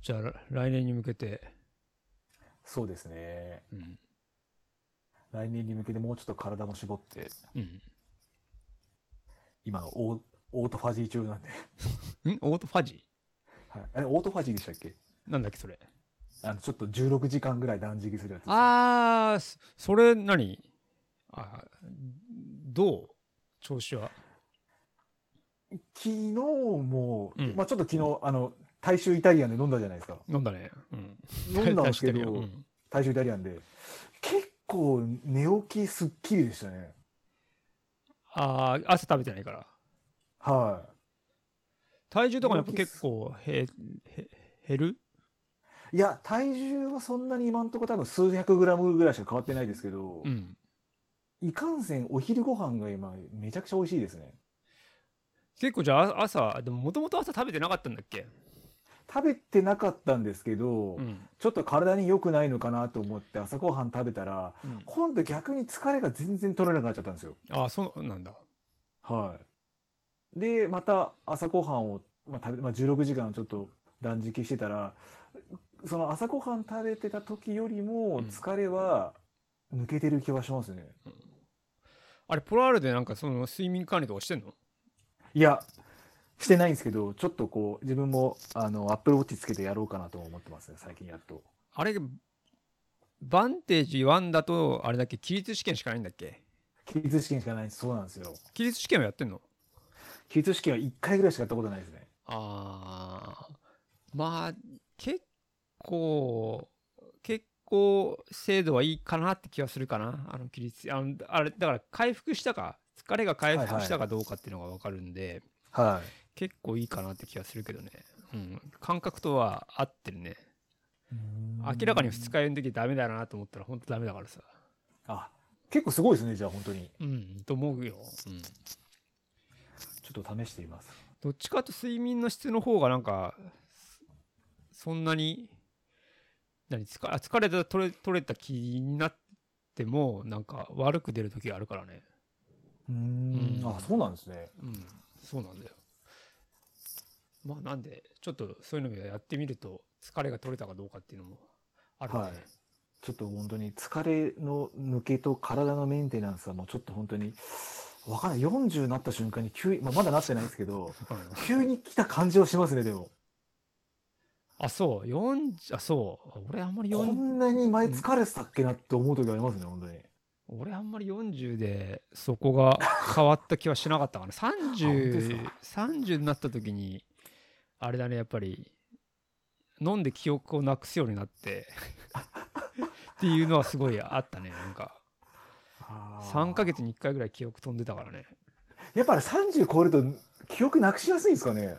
S2: じゃあら来年に向けて、
S1: そうですね。
S2: うん。
S1: 来年に向けてもうちょっと体も絞って、
S2: うん。
S1: 今オー、オートファジー中なんで。
S2: んオートファジ
S1: はい、あれ、オートファジーでしたっけ
S2: ーなんだっけそれ。
S1: あの、ちょっと16時間ぐらい断食するやつ。
S2: あー、そそれ何あどう調子は。
S1: 昨日も、
S2: うん
S1: まあちょっと昨日、あの、大衆イタリアンで飲んだじゃない ですか。
S2: 飲んだね。うん。
S1: 飲んだんですけ
S2: 大した量う
S1: ど、
S2: ん
S1: 大衆イタリアンで、結構寝起きすっきりでしたね。
S2: あー、朝食べてないから。
S1: は
S2: 体重とかもやっぱ結構へ、へ、減る
S1: い。いや、体重はそんなに今んとこ多分数百グラムぐらいしか変わってないですけど、
S2: うん。
S1: いかんせんお昼ご飯が今めちゃくちゃ美味しいですね。
S2: 結構じゃあ朝、でももともと朝食べてなかったんだっけ
S1: 食べてなかったんですけど、
S2: うん。
S1: ちょっと体に良くないのかなと思って朝ごはん食べたら、
S2: うん
S1: 今度逆に疲れが全然取れなくなっちゃったんですよ。
S2: ああ、そうなんだ。
S1: はい。で、また朝ごはんを、まあ、食べ、まあ、16時間ちょっと断食してたら、その朝ごはん食べてた時より
S2: う
S1: も
S2: ん
S1: 疲れは抜けてる気はしますね。
S2: あれ、ポラールでなんかその睡眠管理とかしてんの
S1: いや、してないんですけど、ちょっとこう、自分も、あの、アップルウォッチつけてやろうかなと思ってますね、最近やっと。
S2: あれ、バンテージ1だと、あれだっけ、起立試験しかないんだっけ
S1: 起立試験しかないんです。そうなんですよ。
S2: 起立試験はやってんの
S1: 起立試験は1回ぐらいしかやったことないですね。
S2: ああ。まあ、結構、結構、精度はいいかなって気はするかな。あの、起立、あの、あれ、だから回復したか、疲れが回復したかどうかっていうのがわかるんで、
S1: はい。
S2: 結構いいかなって気はするけどね。うん。感覚とは合ってるね。明らかに二日酔いの時ダメだなと思ったら本当ダメだからさ。
S1: あ、結構すごいですね、じゃあ本当に。
S2: うん、と思うよ。うん。
S1: ちょっと試してみます。
S2: どっちかと睡眠の質の方がなんか、そそんなに、何、疲れ疲れた取れ、取れた気になっても、なんか悪く出る時があるからね。
S1: うーん
S2: うん
S1: あ、そうなんですね。
S2: うん、そうなんだよ。まあなんで、ちょっとそういうのをやってみると、疲れが取れたかどうかっていうのもあるね。
S1: はいちょっと本当に疲れの抜けと体のメンテナンスはもうちょっと本当に、わかんない。40になった瞬間に急に、まあ、まだなってないですけ ど、
S2: うん
S1: 急に来た感じはしますね、でも。
S2: あ、そう、40、あ、そう、俺あんまり
S1: こ
S2: 40、
S1: んなに前疲れてたっけなって思う時ありますね、本当に。
S2: 俺あんまり40でそこが変わった気はしなか ったかな 30, 30になった時にあれだねやっぱり飲んで記憶をなくすようになってっていうのはすごいあったねなんか3ヶ
S1: 月。
S2: 月に1回ぐらい記憶飛んでたからね
S1: やっぱり30超えると記憶なくしやすいんですかね。
S2: いや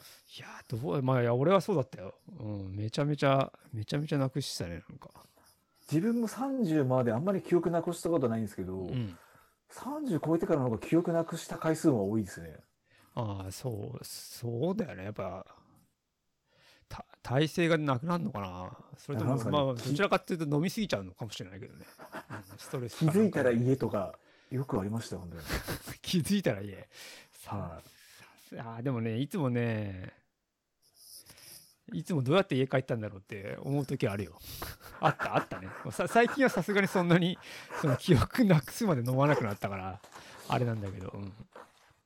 S2: ーどうまあいや俺はそうだったよ、うん、めちゃめちゃめちゃめちゃなくしてたねなんか、
S1: 自分も30まであんまり記憶なくしたことないんですけど、
S2: うん、
S1: 30超えてからの方が記憶なくした回数は多いですね。
S2: ああそうそうだよねやっぱた体勢がなくなるのかなそれと
S1: な
S2: も、
S1: んかね
S2: まあど
S1: き
S2: ちらかっていうと飲みすぎちゃうのかもしれないけどね、うんストレス
S1: 気づいたら
S2: い
S1: 家とか、よくありましたよ、本当に。
S2: 気づいたらいいさ
S1: は
S2: さあーでもねいつもねいつもどうやって家帰ったんだろうって思う時はあるよ あったあったねさ最近はさすがにそんなにその記憶なくすまで飲まなくなったからあれなんだけど、うん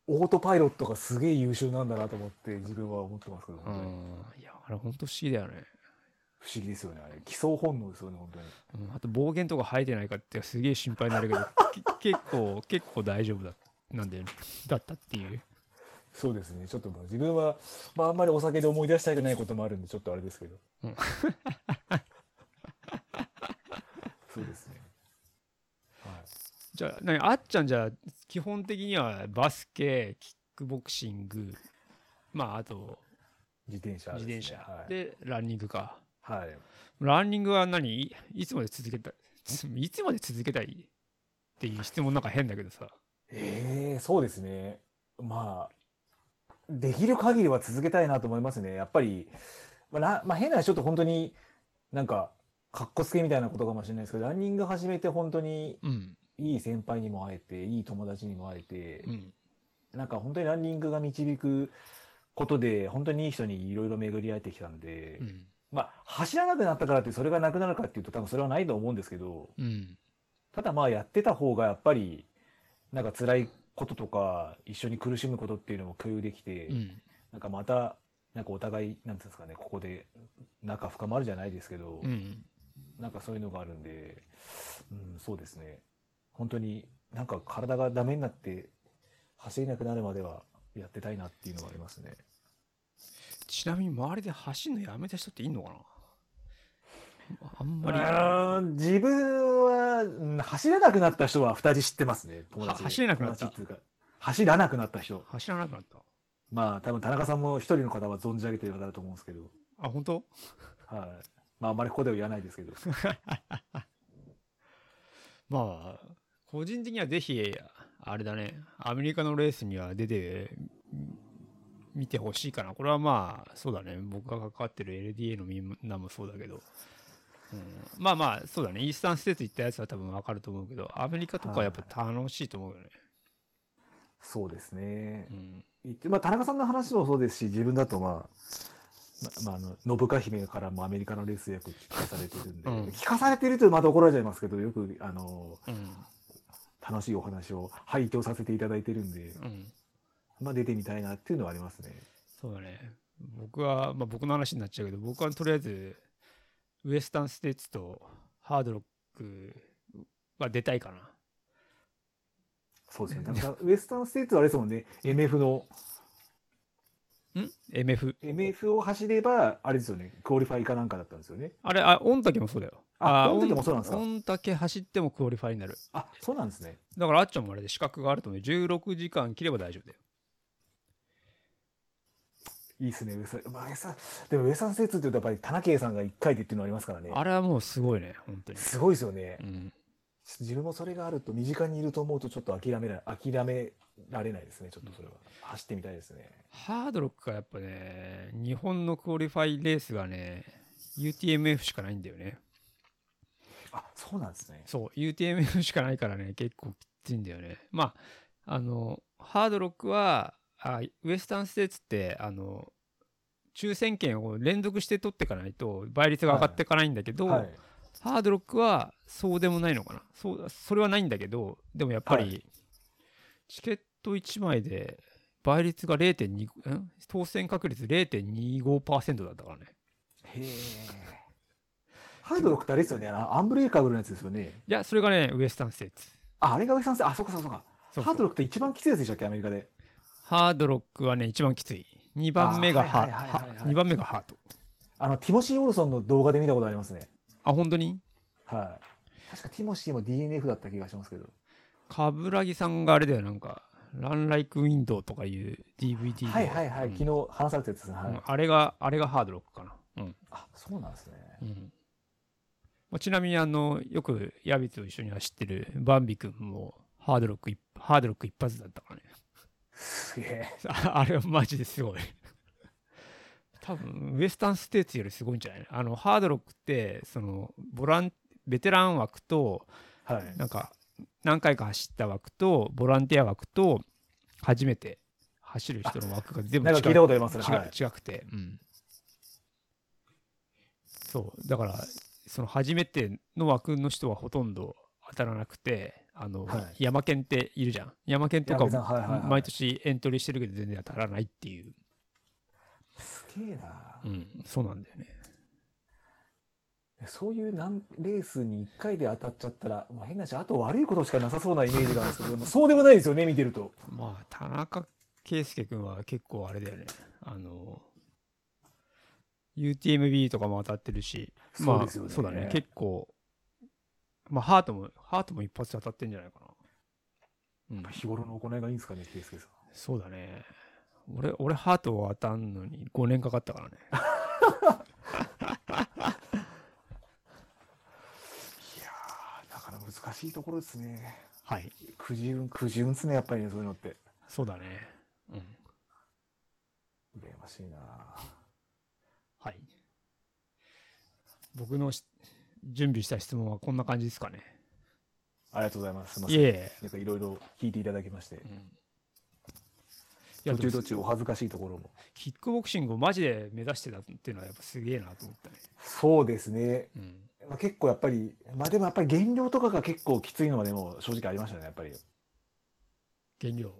S1: オートパイロットがすげえ優秀なんだなと思って自分は思ってますけど、
S2: う
S1: 本当に
S2: ん、いやあれほんと不思議だよね
S1: 不思議ですよねあれ基礎本能ですよね本当に
S2: うん、あと暴言とか吐いてないかってすげえ心配になるけどけ結構結構大丈夫だなんでだったっていう
S1: そうですね。ちょっともう自分は、まあ、あんまりお酒で思い出したくないこともあるんで、ちょっとあれですけど。
S2: うん
S1: そうですね。はい。
S2: じゃあ何あっちゃんじゃあ基本的にはバスケキックボクシングまああと
S1: 自転車です
S2: 自
S1: ね、
S2: 転車
S1: はい。
S2: でランニングか
S1: はい。
S2: ランニングは何いいつまで続けたい ついつまで続けたいっていう質問なんか変だけどさ
S1: ええそうですね。まあ、できる限りは続けたいなと思いますね。やっぱり、まあ、なまあ、変な話、ちょっと本当になんか、かっこつけみたいなことかもしれないですけど、ランニング始めて本当に
S2: うん
S1: いい先輩にも会えて、いい友達にも会えて、
S2: うん
S1: なんか本当にランニングが導くことで、本当にいい人にいろいろ巡り会えてきたんで、
S2: うん
S1: まあ、走らなくなったからってそれがなくなるかっていうと多分それはないと思うんですけど、
S2: うん
S1: ただまあやってた方がやっぱり、なんか辛いこととか、一緒に苦しむことっていうのも共有できて、
S2: うん
S1: なんかまた、なんかお互い、なんていうんですかね、ここで仲深まるじゃないですけど、
S2: うん
S1: なんかそういうのがあるんで、うん、そうですね。本当になんか体がダメになって走れなくなるまではやってたいなっていうのがありますね。
S2: ちなみに周りで走るのやめた人っていんのかなあんまり
S1: あー自分はうん走れなくなった人は2人知ってますね、友達で。
S2: は走れなくなった
S1: 友達っていうか走らなくなった人。
S2: 走らなくなった
S1: まあ多分田中さんも一人の方は存じ上げてる方だと思うんですけど、
S2: あ本当
S1: はい。まああまりここでは言わないです けど。
S2: まあ、個人的にはぜひ、あれだね、アメリカのレースには出てみ見てほしいかな。これはまあ、そうだね、僕が関わってる LDA のみんなもそうだけど、うん、まあまあ、そうだね、イースタンステーツ行ったやつは多分わかると思うけど、アメリカとかはやっぱ楽しいと思うよね。
S1: そうですね
S2: う。ん、
S1: 言ってまあ田中さんの話もそうですし、自分だとまあ、ままあ、あの、信香姫からもアメリカのレースよく聞かされてるんで、
S2: うん
S1: 聞かされてるとまた怒られちゃいますけど、よく、あの、
S2: うん、
S1: 楽しいお話を拝聴させていただいてるんで、
S2: うん。
S1: まあ出てみたいなっていうのはありますね。
S2: そうだね。僕は、まあ僕の話になっちゃうけど、僕はとりあえず、ウエスタンステーツとハードロックは出たいかな。
S1: そうですね。田中さんウエスタンステーツはあれですもんね、MF の、
S2: ん ?MF。
S1: MF を走れば、あれですよね、クオリファイかなんかだったんですよね。
S2: あれ、あ、御嶽もそうだよ。
S1: あ
S2: ー
S1: 御嶽もそうなんですか
S2: 御嶽走ってもクオリファイになる。
S1: あ、そうなんですね。
S2: だからあっちゃんもあれで資格があると思う。16時間切れば大丈夫だよ。
S1: いいですね、ウエスタン、まあ、ウエスタンでもウエスタンステーツって言うとやっぱり田中圭さんが1回でっていうのありますからね。
S2: あれはもうすごいね、本当に。
S1: すごいですよね
S2: う。ん。
S1: ちょっと自分もそれがあると身近にいると思うとちょっと諦めら諦められないですねちょっとそれは走ってみたいですね
S2: ハードロックはやっぱね、日本のクオリファイレースがね、UTMF しかないんだよね。
S1: あそうなんですね
S2: そう、UTMF しかないからね、結構きついんだよね。まあ、あの、ハードロックは、あウエスタンステーツって、あの、抽選券を連続して取っていかないと倍率が上がっていかないんだけど、
S1: はい
S2: ハードロックはそうでもないのかなそうそれはないんだけどでもやっぱ
S1: は
S2: りチケット1枚で倍率が0.2ん当選確率0.25%だったからね
S1: へえハードロックってあれですよねあのアンブレーカブルのやつですよね
S2: いやそれがねウエスタンステーツ
S1: ああれがウエスタンステーツあそうかそうかそうか
S2: そうそう
S1: ハードロックって一番きついやつでしたっけアメリカで
S2: ハードロックはね一番きつい2番目がハ
S1: あはいはいはいはいはい
S2: は二番目がハート
S1: あのティモシー・オルソンの動画で見たことありますね
S2: あ本当に
S1: はい確かティモシーも DNF だった気がしますけど
S2: 冠城さんがあれだよなんかランライクウィンドウとかいう DVD の
S1: はいはいはい、
S2: うん
S1: 昨日話されたやつですね、はい
S2: うんあれがあれがハードロックかなうん
S1: あそうなんですね
S2: うんまあ、ちなみにあのよくヤビと一緒に走ってるバンビ君もハードロック一ハードロック一発だったからね
S1: すげえ
S2: ああれはマジですごい多分ウエスタンステーツよりすごいんじゃないあのハードロックってそのボランベテラン枠と
S1: はい
S2: なんか何回か走った枠とボランティア枠と初めて走る人の枠が全 部
S1: なんか聞いたことありますね
S2: 違う
S1: はい
S2: 違くて、うん、そうだからその初めての枠の人はほとんど当たらなくてあの、
S1: はい
S2: 山県っているじゃん山県とか
S1: 山県さんはいはいはい
S2: 毎年エントリーしてるけど全然当たらないっていう、
S1: すげえな
S2: うん、そうなんだよね
S1: いやそういう何レースに1回で当たっちゃったら、まあ、変な話、あと悪いことしかなさそうなイメージなんですけど、でも そうでもないですよね、見てると。
S2: まあ、田中圭介君は結構あれだよね。あの、UTMB とかも当たってるし、まあ、
S1: ですよね
S2: そうだね。結構、まあ、ハートも、ハートも一発で当たってんじゃないかな。うん、
S1: 日頃の行いがいいんですかね、圭介さん。
S2: そうだね。俺、俺、ハートを当たんのに5年かかったからね。
S1: いやー、だから難しいところですね。
S2: はい。
S1: くじ運、くじ運ですね、やっぱりね、そういうのって。
S2: そうだね。うん。
S1: 羨ましいな
S2: はい。僕のし準備した質問はこんな感じですかね。
S1: ありがとうございます。すいませ
S2: い
S1: ん。
S2: え
S1: なんかいろいろ聞いていただきまして
S2: いえ。う、んいや
S1: 途中
S2: で
S1: 途
S2: も
S1: 中お恥ずかしいところも。
S2: キックボクシングをマジで目指してたっていうのはやっぱすげえなと思ったね。
S1: そうですね。
S2: うん。
S1: まあ、結構やっぱり、まあでもやっぱり減量とかが結構きついのはでも正直ありましたね、やっぱり。
S2: 減量。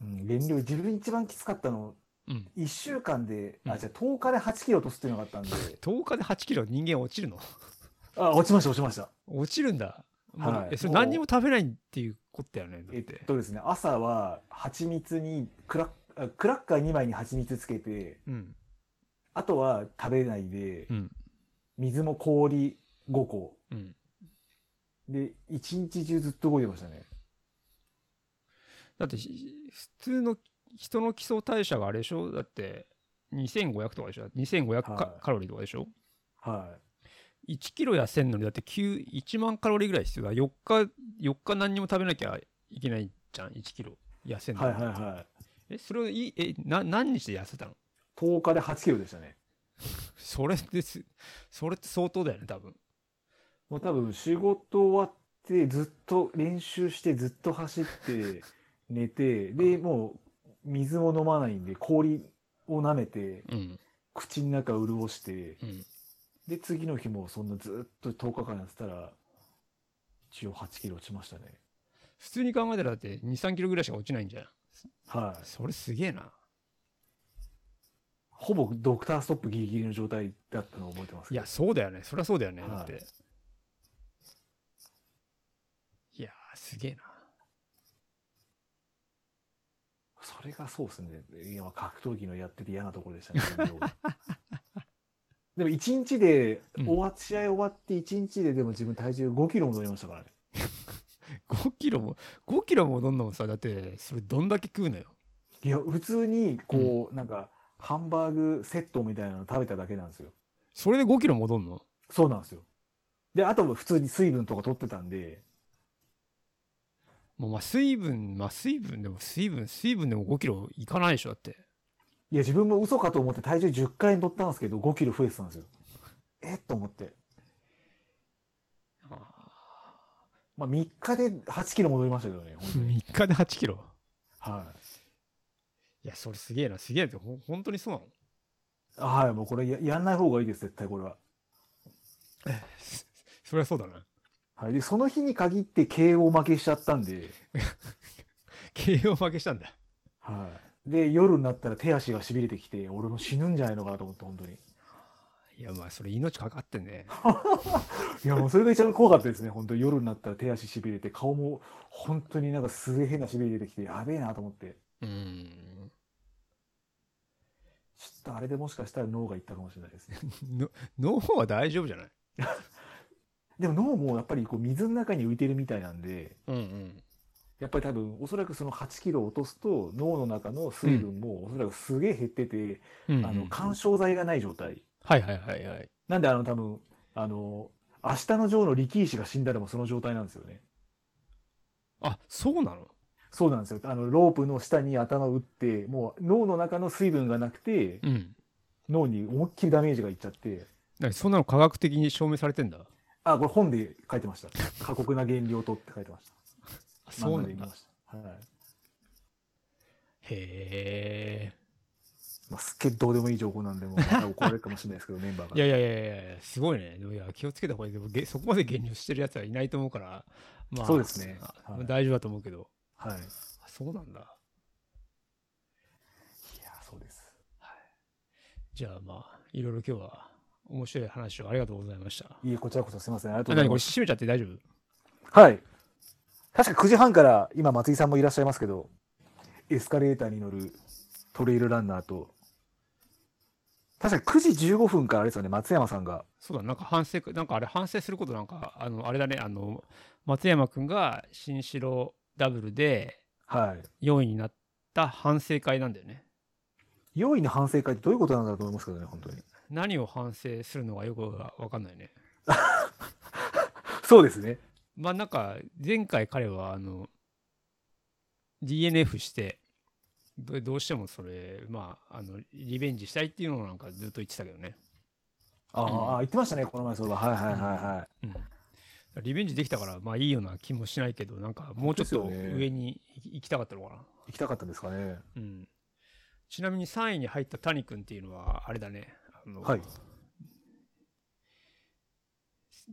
S1: うん、減量、自分一番きつかったの、
S2: うん。
S1: 1週間で、
S2: う
S1: あ、
S2: ん
S1: じゃあ10日で8キロ落とすっていうのがあったんで、
S2: 10日で8キロ人間落ちるの
S1: あ、落ちました、落ちました。
S2: 落ちるんだ。もう
S1: はい
S2: えそれ何にも食べないっていうことだよね。だ
S1: え
S2: っ。
S1: ってとですね、朝は蜂蜜にクラッ、あクラッカー2枚に蜂蜜つけて、
S2: うん。
S1: あとは食べないで
S2: う、ん。
S1: 水も氷5個。
S2: うん。
S1: で、一日中ずっと動いてましたね。
S2: だってひ、普通の人の基礎代謝があれでしょだって、2500とかでしょ ?2500 カ,、
S1: はい
S2: カロリーとかでしょ
S1: は
S2: ?1 キロ痩せんのに、だって9、1万カロリーぐらい必要だ。4日、4日何にも食べなきゃいけないじゃん ?1 キロ痩せ
S1: い。
S2: んの
S1: は
S2: に。
S1: いはいはい。
S2: え、それをい、え、な、何日で痩せたの
S1: 10日で8キロでしたね。
S2: それです。それって相当だよね、多分。
S1: もう多分仕事終わって、ずっと練習して、ずっと走って、寝て、で、もう水も飲まないんで、氷を舐めて、
S2: うん。
S1: 口の中潤して、
S2: うん。
S1: で、次の日もそんなずっと10日間やってたら、一応8キロ落ちましたね。
S2: 普通に考えたらだって2、3キロぐらいしか落ちないんじゃん。
S1: はい。
S2: それすげえな。
S1: ほぼドクターストップギリギリの状態だったのを覚えてます
S2: い
S1: けど
S2: や、そうだよね。そりゃそうだよね。
S1: はい
S2: だって。いやー、すげえな。
S1: それがそうですね。今、格闘技のやってて嫌なところでしたね。 運動がでも一日で、
S2: うん
S1: 終わっ試合終わって一日ででも自分体重5キロも乗りましたからね。
S2: 5キロも、5キロもどんどんさ、だって、それどんだけ食うのよ。
S1: いや、普通に、こう、なんか、ハンバーグセットみたいなの食べただけなんですよ。
S2: それで5キロ戻んの
S1: そうなんですよ。で、あとは普通に水分とか取ってたんで、
S2: もうまあ水分、まあ水分でも水分、水分でも5キロいかないでしょ、だって。
S1: いや、自分も嘘かと思って体重10回乗ったんですけど、5キロ増えてたんですよ。えっと思って。まあ、3日で8キロ戻りましたけどね、本当に。
S2: 3日で8キロ。
S1: はい。
S2: いや、それすげえな、すげえって、ほん本当にそうなの
S1: あはい、もうこれややんない方がいいです、絶対これは。
S2: そそりゃそうだな。
S1: はい。で、その日に限って KO 負けしちゃったんで、
S2: KO 負けしたんだ。
S1: はい。で、夜になったら手足が痺れてきて、俺も死ぬんじゃないのかなと思って、本当に。
S2: いや、まあ、それ命かかってんね。
S1: いや、もうそれが一番怖かったですね、本当夜になったら手足痺れて、顔も本当になんかすげえ変な痺れ出てきて、やべえなと思って。
S2: うん。
S1: ちょっとあれでもしかしたら脳がいったかもしれないですね。
S2: の脳は大丈夫じゃない
S1: でも脳もやっぱりこう水の中に浮いてるみたいなんで、
S2: うんうん。
S1: やっぱり多分おそらくその8キロ落とすと脳の中の水分もおそらくすげえ減ってて、
S2: うんうん
S1: あの、干渉剤がない状態。
S2: はいはいはいはい。
S1: なんであの多分、あの、明日のジョーの力士が死んだらもその状態なんですよね。
S2: あ、そうなの
S1: そうなんですよ。あの、ロープの下に頭を打って、もう脳の中の水分がなくて、
S2: うん。
S1: 脳に思いっきりダメージがいっちゃって、
S2: なんかそんなの科学的に証明されてんだ。
S1: あ、これ本で書いてました。過酷な減量とって書いてまし
S2: あ
S1: た。
S2: そ
S1: 漫
S2: うな
S1: 画で
S2: ん
S1: 見
S2: だ
S1: ま。した。はい。
S2: へ
S1: まあ、すっげえどうでもいい情報なんで、もうまた怒られるかもしれないですけど、メンバー
S2: え。いやいやいやいや、すごいね。でもいや、気をつけた方がいい。でもげそこまで減量してるやつはいないと思うから、まあ、
S1: そうですね
S2: あ
S1: はい
S2: 大丈夫だと思うけど。
S1: が。はい。い
S2: あそうなんだ。
S1: や、そうです。
S2: じゃあまあ、いろいろ今日は面白い話をありがとうございました。
S1: いえ、こちらこそすいません。ありがとう
S2: あ
S1: ござ
S2: 何
S1: い
S2: こ
S1: ま
S2: れ
S1: す。
S2: 閉めちゃって大丈夫
S1: はい。確か9時半から、今、松井さんもいらっしゃいますけど、エスカレーターに乗るトレイルランナーと、確か9時15分からあれですよね、松山さんが。
S2: そうだ、なんか反省会、なんかあれ反省することなんか、あの、あれだね、あの、松山くんが新城ダブルで
S1: はい。
S2: 4位になった反省会なんだよね。
S1: 4位の反省会ってどういうことなんだろうと思いますけどね、本当に。
S2: 何を反省するのかよくわかんないね。
S1: そうですね。
S2: まあなんか、前回彼は、あの、DNF して、どどうしてもそれ、まあ、あの、リベンジしたいっていうのをなんかずっと言ってたけどね。
S1: あー
S2: うん
S1: あー、言ってましたね、この前そうだ。はいはいはいはい。
S2: うん、リベンジできたから、まあいいような気もしないけど、なんかもうちょっと
S1: ですよね
S2: 上に行きたかったのかな。
S1: 行きたかったんですかね。
S2: うん、ちなみに3位に入った谷君っていうのは、あれだね。あの
S1: はい。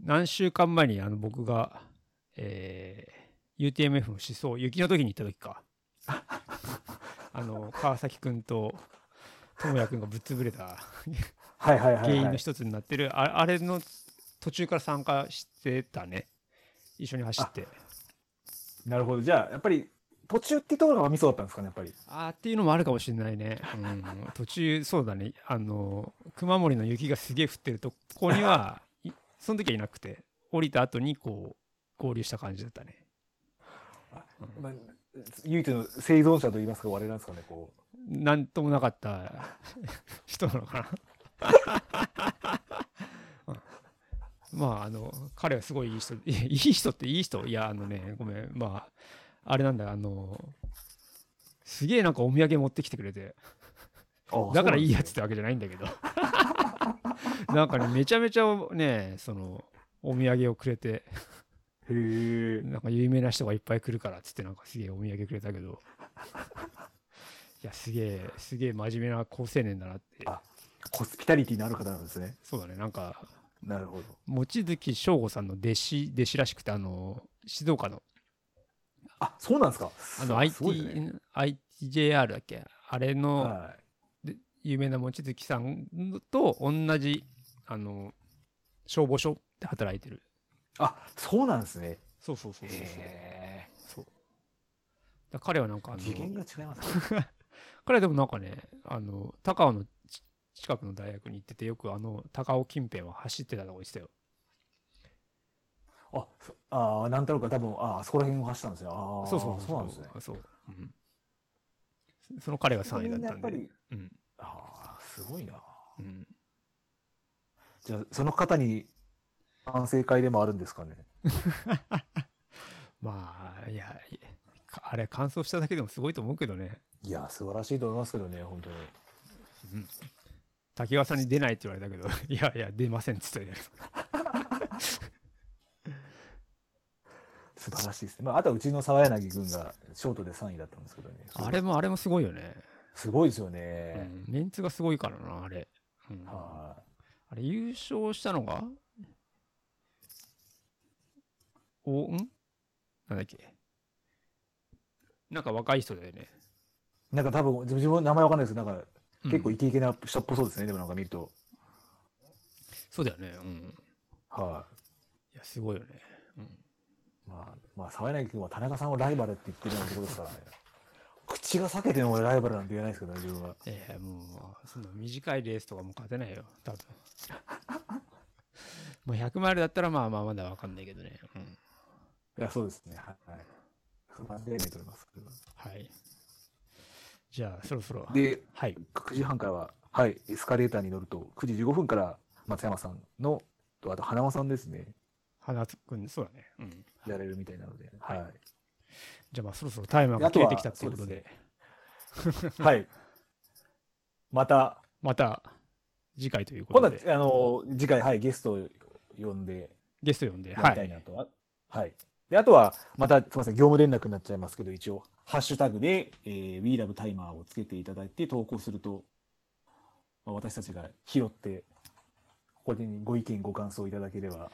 S2: 何週間前にあの僕が、えー UTMF の思想、雪の時に行った 時か。あの、川崎君と智也君がぶっ潰れた
S1: はいはいは
S2: 原
S1: い、
S2: 因
S1: は
S2: の
S1: い。
S2: 一つになってる、ああれの途中から参加してたね。一緒に走って。
S1: なるほど。じゃあ、やっぱり、途中ってところがミソだったんですかね、やっぱり。
S2: あーっていうのもあるかもしれないね。うん、途中、そうだね。あの、熊森の雪がすげえ降ってるとこには、いその時はいなくて、降りた後にこう、合流した感じだったね。
S1: まあ、唯一の生存者といいますか、我々なんですかね、こう。
S2: なんともなかった 人なの かな。うんまあ、あの、彼はすごいいい人、 いやいい人っていい人いや、あのね、ごめん、まあ、あれなんだよ、あの、すげえなんかお土産持ってきてくれて、
S1: あ
S2: だからいいやつっ
S1: そう
S2: てわけじゃないんだけど。 なんかね、めちゃめちゃね、その、お土産をくれ
S1: なん
S2: て、
S1: ですねへえ。
S2: なんか有名な人がいっぱい来るからっつって、なんかすげえお土産くれたけど、いや、すげえ、すげえ真面目な好青年だなって。
S1: あコスピタリティのある方なんですね。
S2: そうだね、なんか、
S1: なるほど。
S2: 望月翔吾さんの弟子、弟子らしくて、あの、静岡の、
S1: あ、そうなんですか。
S2: あの、
S1: すごいですね
S2: IT、ITJR だっけあれの、
S1: は
S2: で有名な望月さんと同じあの消防署で働いてる
S1: い。あ、そうなんですね。
S2: そうそうそうそう
S1: へ
S2: そうだ彼はなんかあ
S1: え。
S2: の
S1: 次元が違いますね。
S2: 彼はでもなんかねあの高尾のち近くの大学に行っててよくあの高尾近辺は走ってたとこ行ってたよ
S1: あ、そあー、なんたろうか、多分、あー、そこら辺を走ったんですね。ああ、
S2: そうそう
S1: そうなんですね。
S2: そう、うん、そその彼が3位だったん
S1: みんなやっ
S2: で
S1: ぱり
S2: うん
S1: ああ、すごいな。
S2: うん
S1: じゃあ、その方に反省会でもあるんですかね。
S2: まあいやいやかあれ完走しただけでもすごいと思うけどね、
S1: いや、素晴らしいと思いますけどね、本当に。
S2: うん、滝川さんに出ないって言われたけど いやいや出ませんって言ってたけど
S1: 素晴らしいですね。まあ、あとはうちの沢柳君がショートで3位だったんですけどね。
S2: あれもあれもすごいよね、
S1: すごいですよ
S2: う
S1: ね。
S2: ん、メンツがすごいからなあれ、うんあ
S1: は
S2: れ優勝したのがおんなんだっけなんか若い人だよね、
S1: い。なんか多分、自分の名前わかんないですけど、なんか
S2: うん
S1: 結構イケイケな人っぽそうですね、でもなんか見ると。
S2: そうだよねうん
S1: はい
S2: やすごいよね、うん、
S1: い。まあ、まあ、沢柳君は田中さんをライバルって言ってるようなところですからね。口が裂けても俺ライバルなんて言えないですけどね、自分は。
S2: ええもうその短いレースとかも勝てないよ多分 もう100マイルだったらまあまあまだわかんないけどね、うん、
S1: いや、そうですね。はい。はい。で、取れます。
S2: はいじゃあそろそろ
S1: で、
S2: はい
S1: 9時半からは、はい、エスカレーターに乗ると、9時15分から松山さんの、とあと花輪さんですね、
S2: 花くんそうだねうん
S1: やられるみたいなので。
S2: はい
S1: はい
S2: じゃあまあそろそろタイマー
S1: で
S2: が
S1: あと
S2: 切
S1: は
S2: れてきたっていうことで、
S1: はい。また、
S2: また次回というこ
S1: 今
S2: と
S1: 度
S2: で、
S1: は、あの、次回、はい、ゲストを呼んで
S2: ゲスト呼んで、
S1: や
S2: は
S1: りたい
S2: い。
S1: なと。はい。で、あとは、また、すみません、業務連絡になっちゃいますけど、一応、ハッシュタグで、えー、WeLoveTimer をつけていただいて投稿すると、まあ、私たちが拾って、これにご意見、ご感想いただければ。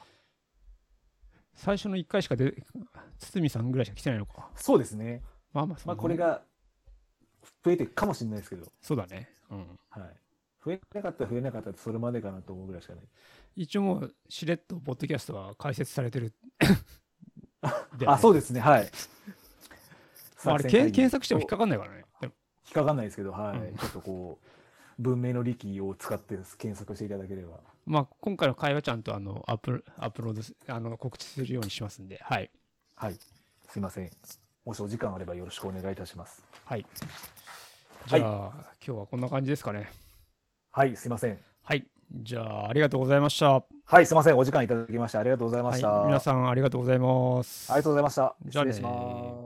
S2: 最初の1回しか出、堤さんぐらいしか来てないのか。
S1: そうですね。
S2: まあまあ、そん
S1: ま
S2: な
S1: あ、これが、増えていくかもしれないですけど、
S2: そうだね。うん。
S1: はい。増えなかったら増えなかったってそれまでかなと思うぐらいしかない。
S2: 一応もう、しれっと、ポッドキャストは解説されて る。
S1: あ、そう
S2: で
S1: ですね、はい。
S2: す。まあ、あれ、
S1: 作
S2: け
S1: 戦会
S2: ん
S1: 議
S2: 検索しても引っかかんないからね。でも
S1: 引っかかんないですけど、はい。
S2: うん
S1: ちょっとこう、文明の利器を使って検索していただければ。
S2: まあ、今回の会話ちゃんとあのアップアップロードすあの告知するようにしますんで、はい。
S1: はい。すいません。もしお時間あればよろしくお願いいたします。
S2: はい。じゃあ、今日はこんな感じですかね。
S1: はい、すいません。
S2: はい。じゃあ、ありがとうございました。は
S1: はい、すいません。お時間いただきました。ありがとうございました。
S2: い、皆さん、ありがとうございます。
S1: ありがとうございました。
S2: じゃあ
S1: 失礼し
S2: ね
S1: ます。